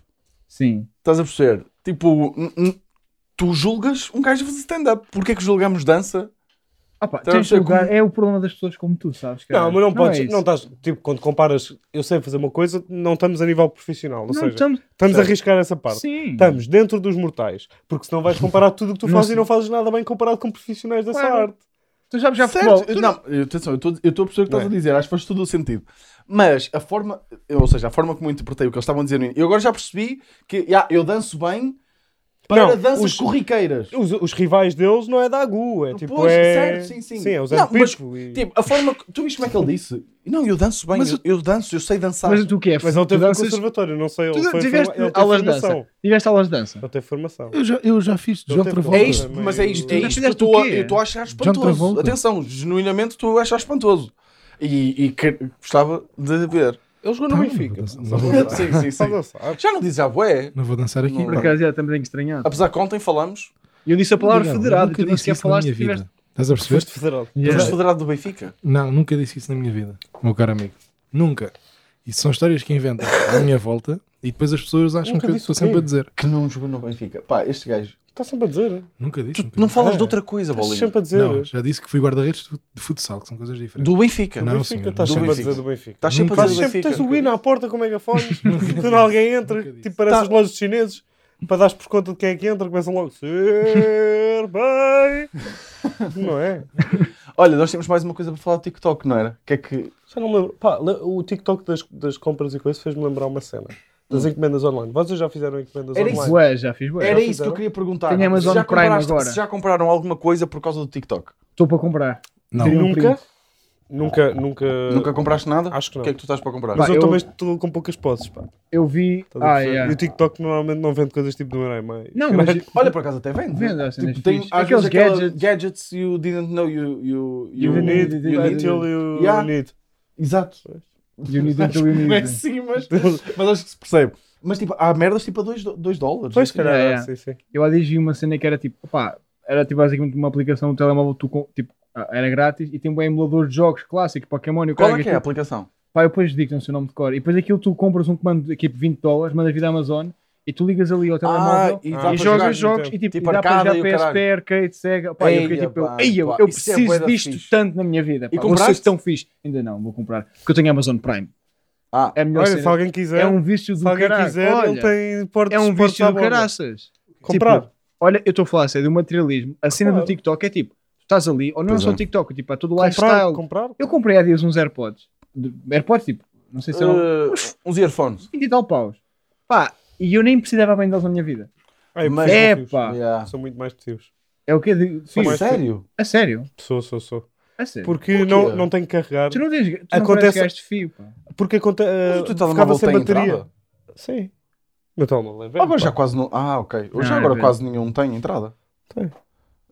Speaker 2: Sim.
Speaker 1: Estás a perceber? Tipo, n- n- tu julgas um gajo a fazer stand-up. Porquê é que julgamos dança?
Speaker 2: Ah, pá,
Speaker 1: Então,
Speaker 2: tens de
Speaker 1: eu-
Speaker 2: julgar- É o problema das pessoas como tu, sabes? cara.
Speaker 3: Não, mas não podes,
Speaker 2: é isso.
Speaker 3: não estás, tipo, quando comparas, eu sei fazer uma coisa, não estamos a nível profissional, ou
Speaker 2: Não,
Speaker 3: seja, estamos,
Speaker 2: estamos-
Speaker 3: a arriscar essa parte.
Speaker 2: Sim.
Speaker 3: Estamos dentro dos mortais, porque senão vais comparar tudo o que tu
Speaker 2: Não
Speaker 3: fazes
Speaker 2: sei.
Speaker 3: e não fazes nada bem comparado com profissionais dessa
Speaker 2: Claro.
Speaker 3: arte.
Speaker 2: Tu sabes já
Speaker 1: Certo?
Speaker 2: futebol. Tu
Speaker 1: não, eu- atenção, eu estou eu estou a perceber o que estás
Speaker 3: Não
Speaker 1: a dizer. Acho que faz todo o sentido. Mas a forma, ou seja, a forma como eu interpretei o que eles estavam a dizer, no início- eu agora já percebi que já, eu danço bem para
Speaker 3: Não,
Speaker 1: danças
Speaker 3: os-
Speaker 1: corriqueiras.
Speaker 3: Os, os rivais deles não é da Agu, é tipo.
Speaker 1: Pois,
Speaker 3: é...
Speaker 1: certo, sim, sim.
Speaker 3: é o Zé
Speaker 1: Não,
Speaker 3: do
Speaker 1: mas,
Speaker 3: Pipo e-
Speaker 1: Tipo, a forma. que- Tu viste como é que ele disse? Não, eu danço bem, eu, eu danço, eu sei dançar.
Speaker 2: Mas tu o que é?
Speaker 3: Mas ele
Speaker 2: Tu
Speaker 3: teve um
Speaker 2: danças-
Speaker 3: conservatório, não sei.
Speaker 2: Tu
Speaker 3: Ele foi
Speaker 2: tiveste
Speaker 3: ele teve
Speaker 2: aulas de
Speaker 3: formação.
Speaker 2: dança. Tiveste aulas de dança.
Speaker 3: Ele teve formação.
Speaker 5: Eu já, eu já fiz
Speaker 3: Eu
Speaker 5: John
Speaker 3: tenho
Speaker 5: Travolta.
Speaker 1: É
Speaker 3: Volta
Speaker 1: isto,
Speaker 3: também.
Speaker 1: mas é isto, é
Speaker 2: Tu
Speaker 1: isto que eu
Speaker 2: fizeste
Speaker 1: tô
Speaker 2: o
Speaker 1: a-
Speaker 2: quê?
Speaker 1: eu estou a achar espantoso.
Speaker 5: Travolta.
Speaker 1: Atenção, genuinamente estou a achar espantoso. E, e que- gostava de ver. Ele jogou no
Speaker 5: Tá,
Speaker 1: Benfica.
Speaker 5: não
Speaker 1: Só-
Speaker 5: vou-
Speaker 1: Sim, sim,
Speaker 3: Só
Speaker 1: sim.
Speaker 3: dançar.
Speaker 1: Já não diz a bué.
Speaker 5: Não vou dançar aqui.
Speaker 2: Por acaso já também estranhado.
Speaker 1: Apesar que ontem falamos.
Speaker 2: E eu disse a palavra
Speaker 5: Obrigado,
Speaker 2: federado.
Speaker 5: nunca
Speaker 2: Tu não
Speaker 5: disse
Speaker 2: sequer
Speaker 5: isso na
Speaker 2: falaste
Speaker 5: minha
Speaker 2: que tiveste.
Speaker 5: vida. Estás a perceber?
Speaker 3: Foste federal.
Speaker 1: Tu
Speaker 2: Yeah.
Speaker 1: és federado do Benfica.
Speaker 5: Não, nunca disse isso na minha vida, meu caro amigo. Nunca. Isso são histórias que inventam à minha volta e depois as pessoas acham
Speaker 3: Nunca
Speaker 5: que eu
Speaker 3: disse
Speaker 5: estou
Speaker 3: o
Speaker 5: sempre
Speaker 3: quê?
Speaker 5: a dizer.
Speaker 1: Que não jogou no Benfica. Pá, este gajo.
Speaker 3: Está sempre a dizer.
Speaker 5: Nunca disse.
Speaker 1: Tu não falas
Speaker 3: É.
Speaker 1: de outra coisa,
Speaker 3: Estás
Speaker 1: bolinha.
Speaker 3: sempre a dizer.
Speaker 5: Não, já disse que fui guarda-redes de futsal, que são coisas diferentes.
Speaker 1: Do Benfica.
Speaker 5: Não.
Speaker 3: Do
Speaker 5: senhor,
Speaker 3: Benfica, estás
Speaker 1: do
Speaker 3: sempre a
Speaker 1: Benfica.
Speaker 3: dizer do Benfica.
Speaker 1: Estás sempre a
Speaker 5: Nunca
Speaker 3: Estás
Speaker 1: dizer do
Speaker 3: sempre, tens o
Speaker 1: Benfica.
Speaker 3: hino à porta com megafones. quando alguém entra,
Speaker 5: disse.
Speaker 3: tipo, parece
Speaker 1: Tá.
Speaker 3: as lojas chineses. Para dar por conta de quem é que entra, começam logo ser bem. Não é?
Speaker 1: Olha, nós temos mais uma coisa para falar do TikTok, não era? Que é que.
Speaker 3: Já não me lembro. Pá, le- o TikTok das, das compras e coisas fez-me lembrar uma cena. Das encomendas online. Vocês já fizeram encomendas
Speaker 1: Era
Speaker 3: online?
Speaker 2: Ué, já fiz bué.
Speaker 1: Era
Speaker 3: Já
Speaker 1: isso que eu
Speaker 3: fizeram?
Speaker 1: queria perguntar.
Speaker 2: Tenho
Speaker 1: Se
Speaker 2: Amazon
Speaker 1: já
Speaker 2: Prime
Speaker 1: compraste-
Speaker 2: agora.
Speaker 1: Se já compraram alguma coisa por causa do TikTok?
Speaker 2: Estou para comprar.
Speaker 5: Não,
Speaker 2: Sim.
Speaker 3: Nunca? Nunca, nunca.
Speaker 1: Nunca compraste nada?
Speaker 3: Acho que não.
Speaker 1: O Eh, que é que tu estás para comprar?
Speaker 3: Mas
Speaker 2: Pá,
Speaker 3: eu,
Speaker 2: eu-
Speaker 3: também estou com poucas posses, pá.
Speaker 2: Eu vi.
Speaker 3: Estás a
Speaker 2: Ah,
Speaker 3: perceber? E
Speaker 2: yeah.
Speaker 3: o TikTok normalmente não vende coisas tipo do Herói, mas.
Speaker 2: Não, mas eu-
Speaker 1: Olha, por acaso até vende.
Speaker 2: Vende, há cenas
Speaker 1: Tipo, tem
Speaker 2: fixe.
Speaker 1: às
Speaker 2: Aqueles
Speaker 1: vezes aquela
Speaker 2: gadgets.
Speaker 1: gadgets you didn't know you, you,
Speaker 3: You, need,
Speaker 1: you need.
Speaker 3: until you
Speaker 1: Yeah.
Speaker 3: need.
Speaker 1: Exato.
Speaker 2: You need until you
Speaker 1: Não é
Speaker 2: need.
Speaker 1: assim, mas, mas acho que se percebe. Mas tipo, há merdas tipo a 2 dólares. Tipo,
Speaker 3: Pois, se calhar,
Speaker 2: Yeah, yeah.
Speaker 3: sim, sim.
Speaker 2: Eu há dias vi uma cena que era tipo, pá, era tipo basicamente uma aplicação do telemóvel, tu com- tipo, ah, era grátis e tem um emulador de jogos clássicos, Pokémon e o
Speaker 1: Qual
Speaker 2: caralho,
Speaker 1: é que é a
Speaker 2: aquilo-
Speaker 1: aplicação?
Speaker 2: Pá, eu depois digo, não sei o nome de cor. E depois aquilo tu compras um comando de tipo 20 dólares, mandas vir da Amazon e tu ligas ali ao telemóvel.
Speaker 1: e,
Speaker 3: Ah,
Speaker 1: dá
Speaker 2: e
Speaker 1: para jogar.
Speaker 2: jogas jogos
Speaker 3: então.
Speaker 2: e tipo,
Speaker 1: Tipo
Speaker 2: e dá para
Speaker 1: arcada
Speaker 2: jogar
Speaker 1: e o
Speaker 2: PSP,
Speaker 1: caralho.
Speaker 2: arcade, Sega. Pá, eu fiquei
Speaker 1: Eia,
Speaker 2: tipo, eu,
Speaker 1: pá,
Speaker 2: ei, eu,
Speaker 1: pá,
Speaker 2: eu
Speaker 1: isso é
Speaker 2: preciso
Speaker 1: bué da
Speaker 2: disto
Speaker 1: fixe.
Speaker 2: tanto na minha vida. Pá,
Speaker 1: E
Speaker 2: vocês
Speaker 1: compraste?
Speaker 2: tão fixe. Ainda não, vou comprar. Porque eu tenho Amazon Prime.
Speaker 1: Ah,
Speaker 2: É a melhor
Speaker 3: Olha,
Speaker 2: cena.
Speaker 3: se alguém quiser,
Speaker 2: É um vício do
Speaker 3: se alguém
Speaker 2: caralho.
Speaker 3: quiser,
Speaker 2: Olha,
Speaker 3: ele tem portas
Speaker 2: é um
Speaker 3: portas
Speaker 2: vício
Speaker 3: à
Speaker 2: do
Speaker 3: borda.
Speaker 2: caraças.
Speaker 3: Comprar.
Speaker 2: Tipo, olha, eu estou a falar sério, do materialismo. A cena do TikTok é tipo, tu estás ali, ou não
Speaker 1: Pois
Speaker 2: é só
Speaker 1: é.
Speaker 2: o TikTok, tipo, é todo o
Speaker 3: comprar,
Speaker 2: lifestyle.
Speaker 3: comprar.
Speaker 2: Eu comprei há dias uns AirPods. De- AirPods, tipo, não sei se eram
Speaker 1: eh, uns earphones.
Speaker 2: 20 e tal paus. Pá, e eu nem precisava bem deles na minha vida.
Speaker 3: Ai,
Speaker 1: Mas-
Speaker 3: são
Speaker 2: É,
Speaker 3: fios.
Speaker 2: pá.
Speaker 1: Yeah.
Speaker 3: São muito mais possíveis.
Speaker 2: É o que de
Speaker 3: São mais-
Speaker 2: fiz.
Speaker 1: Sério?
Speaker 2: A sério?
Speaker 3: Sou, sou, sou.
Speaker 2: A sério?
Speaker 3: Porque não, não tenho que carregar.
Speaker 2: Tu não tens tu não
Speaker 3: Acontece-
Speaker 2: Acontece... de fio, pá.
Speaker 3: Porque aconte...
Speaker 1: Mas o teu
Speaker 3: uh, ficava
Speaker 1: telemóvel
Speaker 3: sem
Speaker 1: tem
Speaker 3: bateria.
Speaker 1: entrada?
Speaker 3: Sim. Meu telemóvel é velho,
Speaker 1: Ah, mas
Speaker 3: pá.
Speaker 1: já quase não. Ah, ok. Hoje
Speaker 2: Não, é
Speaker 1: agora
Speaker 2: verdade.
Speaker 1: quase nenhum tem entrada.
Speaker 3: Tem.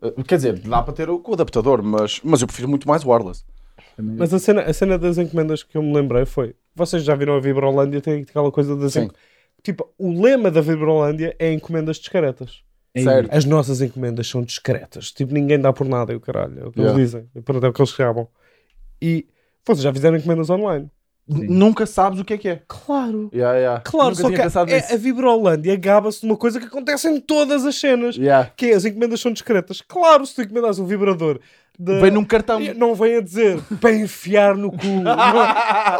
Speaker 1: Eh, Quer dizer, dá para ter o com o adaptador, mas, mas eu prefiro muito mais wireless.
Speaker 2: Também-
Speaker 3: Mas a cena, a cena das encomendas que eu me lembrei foi. Vocês já viram a Vibrolândia? Tem aquela coisa das.
Speaker 1: Sim.
Speaker 3: enco- Tipo, o lema da Vibrolândia é encomendas discretas.
Speaker 2: Ei,
Speaker 1: Certo.
Speaker 3: As nossas encomendas são discretas. Tipo, ninguém dá por nada, e o caralho. É o que
Speaker 1: Yeah.
Speaker 3: eles dizem. Pronto, é o que eles chamam. E vocês já fizeram encomendas online?
Speaker 1: N- Nunca sabes o que é que é.
Speaker 3: Claro.
Speaker 1: Yeah, yeah.
Speaker 3: Claro,
Speaker 1: Nunca
Speaker 3: só
Speaker 1: tinha
Speaker 3: que
Speaker 1: pensado
Speaker 3: é-
Speaker 1: nisso.
Speaker 3: a Vibrolândia gaba-se de uma coisa que acontece em todas as cenas.
Speaker 1: Yeah.
Speaker 3: Que é, as encomendas são discretas. Claro, se tu encomendas um vibrador... de-
Speaker 1: Vem num cartão.
Speaker 3: Não vem a dizer para enfiar no cu. Não,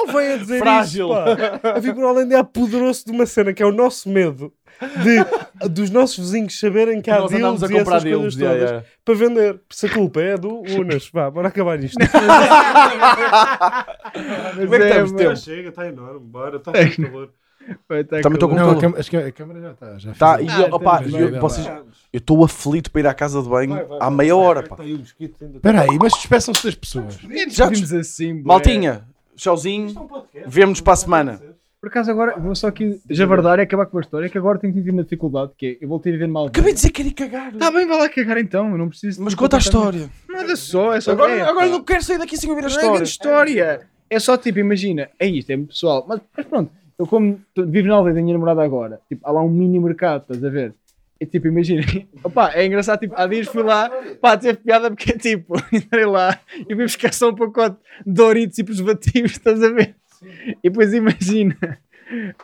Speaker 3: não vem a dizer
Speaker 1: Frágil.
Speaker 3: isso, pá. A Vibrolândia apoderou-se de uma cena que é o nosso medo de, dos nossos vizinhos saberem que há
Speaker 1: Nós andamos
Speaker 3: deals
Speaker 1: a
Speaker 3: e
Speaker 1: comprar
Speaker 3: essas
Speaker 1: deles.
Speaker 3: coisas
Speaker 1: Yeah,
Speaker 3: todas
Speaker 1: yeah.
Speaker 3: para vender. Por isso a culpa é do Unas. Vá, bora acabar isto.
Speaker 1: Como é que estamos,
Speaker 2: mas-
Speaker 1: tempo? Tá
Speaker 3: chega, está enorme. Bora, está
Speaker 2: É que-
Speaker 3: calor.
Speaker 2: Vai tá estar
Speaker 1: Também estou
Speaker 2: calor.
Speaker 1: com
Speaker 5: Não, a,
Speaker 1: calor.
Speaker 5: câmara- acho que a câmera já está. Já
Speaker 1: Tá,
Speaker 5: fez-
Speaker 1: e
Speaker 2: Ah,
Speaker 1: eu, opá,
Speaker 2: temos,
Speaker 1: e
Speaker 2: vai,
Speaker 1: eu
Speaker 2: vai,
Speaker 1: vocês- eu estou aflito para ir à casa de banho há meia hora. Pá.
Speaker 5: Espera aí, mas despeçam-se das pessoas.
Speaker 2: Já vimos assim, bué.
Speaker 1: Maltinha,
Speaker 2: é um
Speaker 1: tchauzinho, vemo-nos para a semana.
Speaker 2: Por acaso agora, vou só aqui javardar e acabar com a história, que agora tenho que uma dificuldade, que é, eu voltei a ver mal.
Speaker 1: Acabei de dizer que queria cagar.
Speaker 2: Tá bem, vai lá cagar então, eu não preciso.
Speaker 1: Mas conta a história.
Speaker 2: Nada só, é só.
Speaker 1: Agora,
Speaker 2: é,
Speaker 1: agora
Speaker 2: pá.
Speaker 1: não quero sair daqui sem ouvir a
Speaker 2: Não é grande
Speaker 1: história.
Speaker 2: história. É só tipo, imagina, é isto, é muito pessoal. Mas, mas pronto, eu como tô- vivo na aldeia da minha namorada agora, tipo, há lá um mini mercado, estás a ver? E tipo, imagina, opá, é engraçado, tipo, há dias fui lá, pá, teve piada porque tipo, entrei lá e vim buscar só um pacote de Doritos e preservativos, estás a ver? E depois imagina.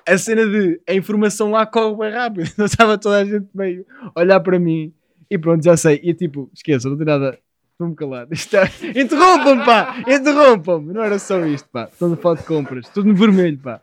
Speaker 2: A cena de a informação lá corre bem rápido, não estava toda a gente meio a olhar para mim e pronto, já sei. E tipo, esqueça, não tem nada, Estou-me calado. Isto é- Interrompam-me, pá! Interrompam-me! Não era só isto, pá. Estou a falar de compras. Estou no vermelho, pá.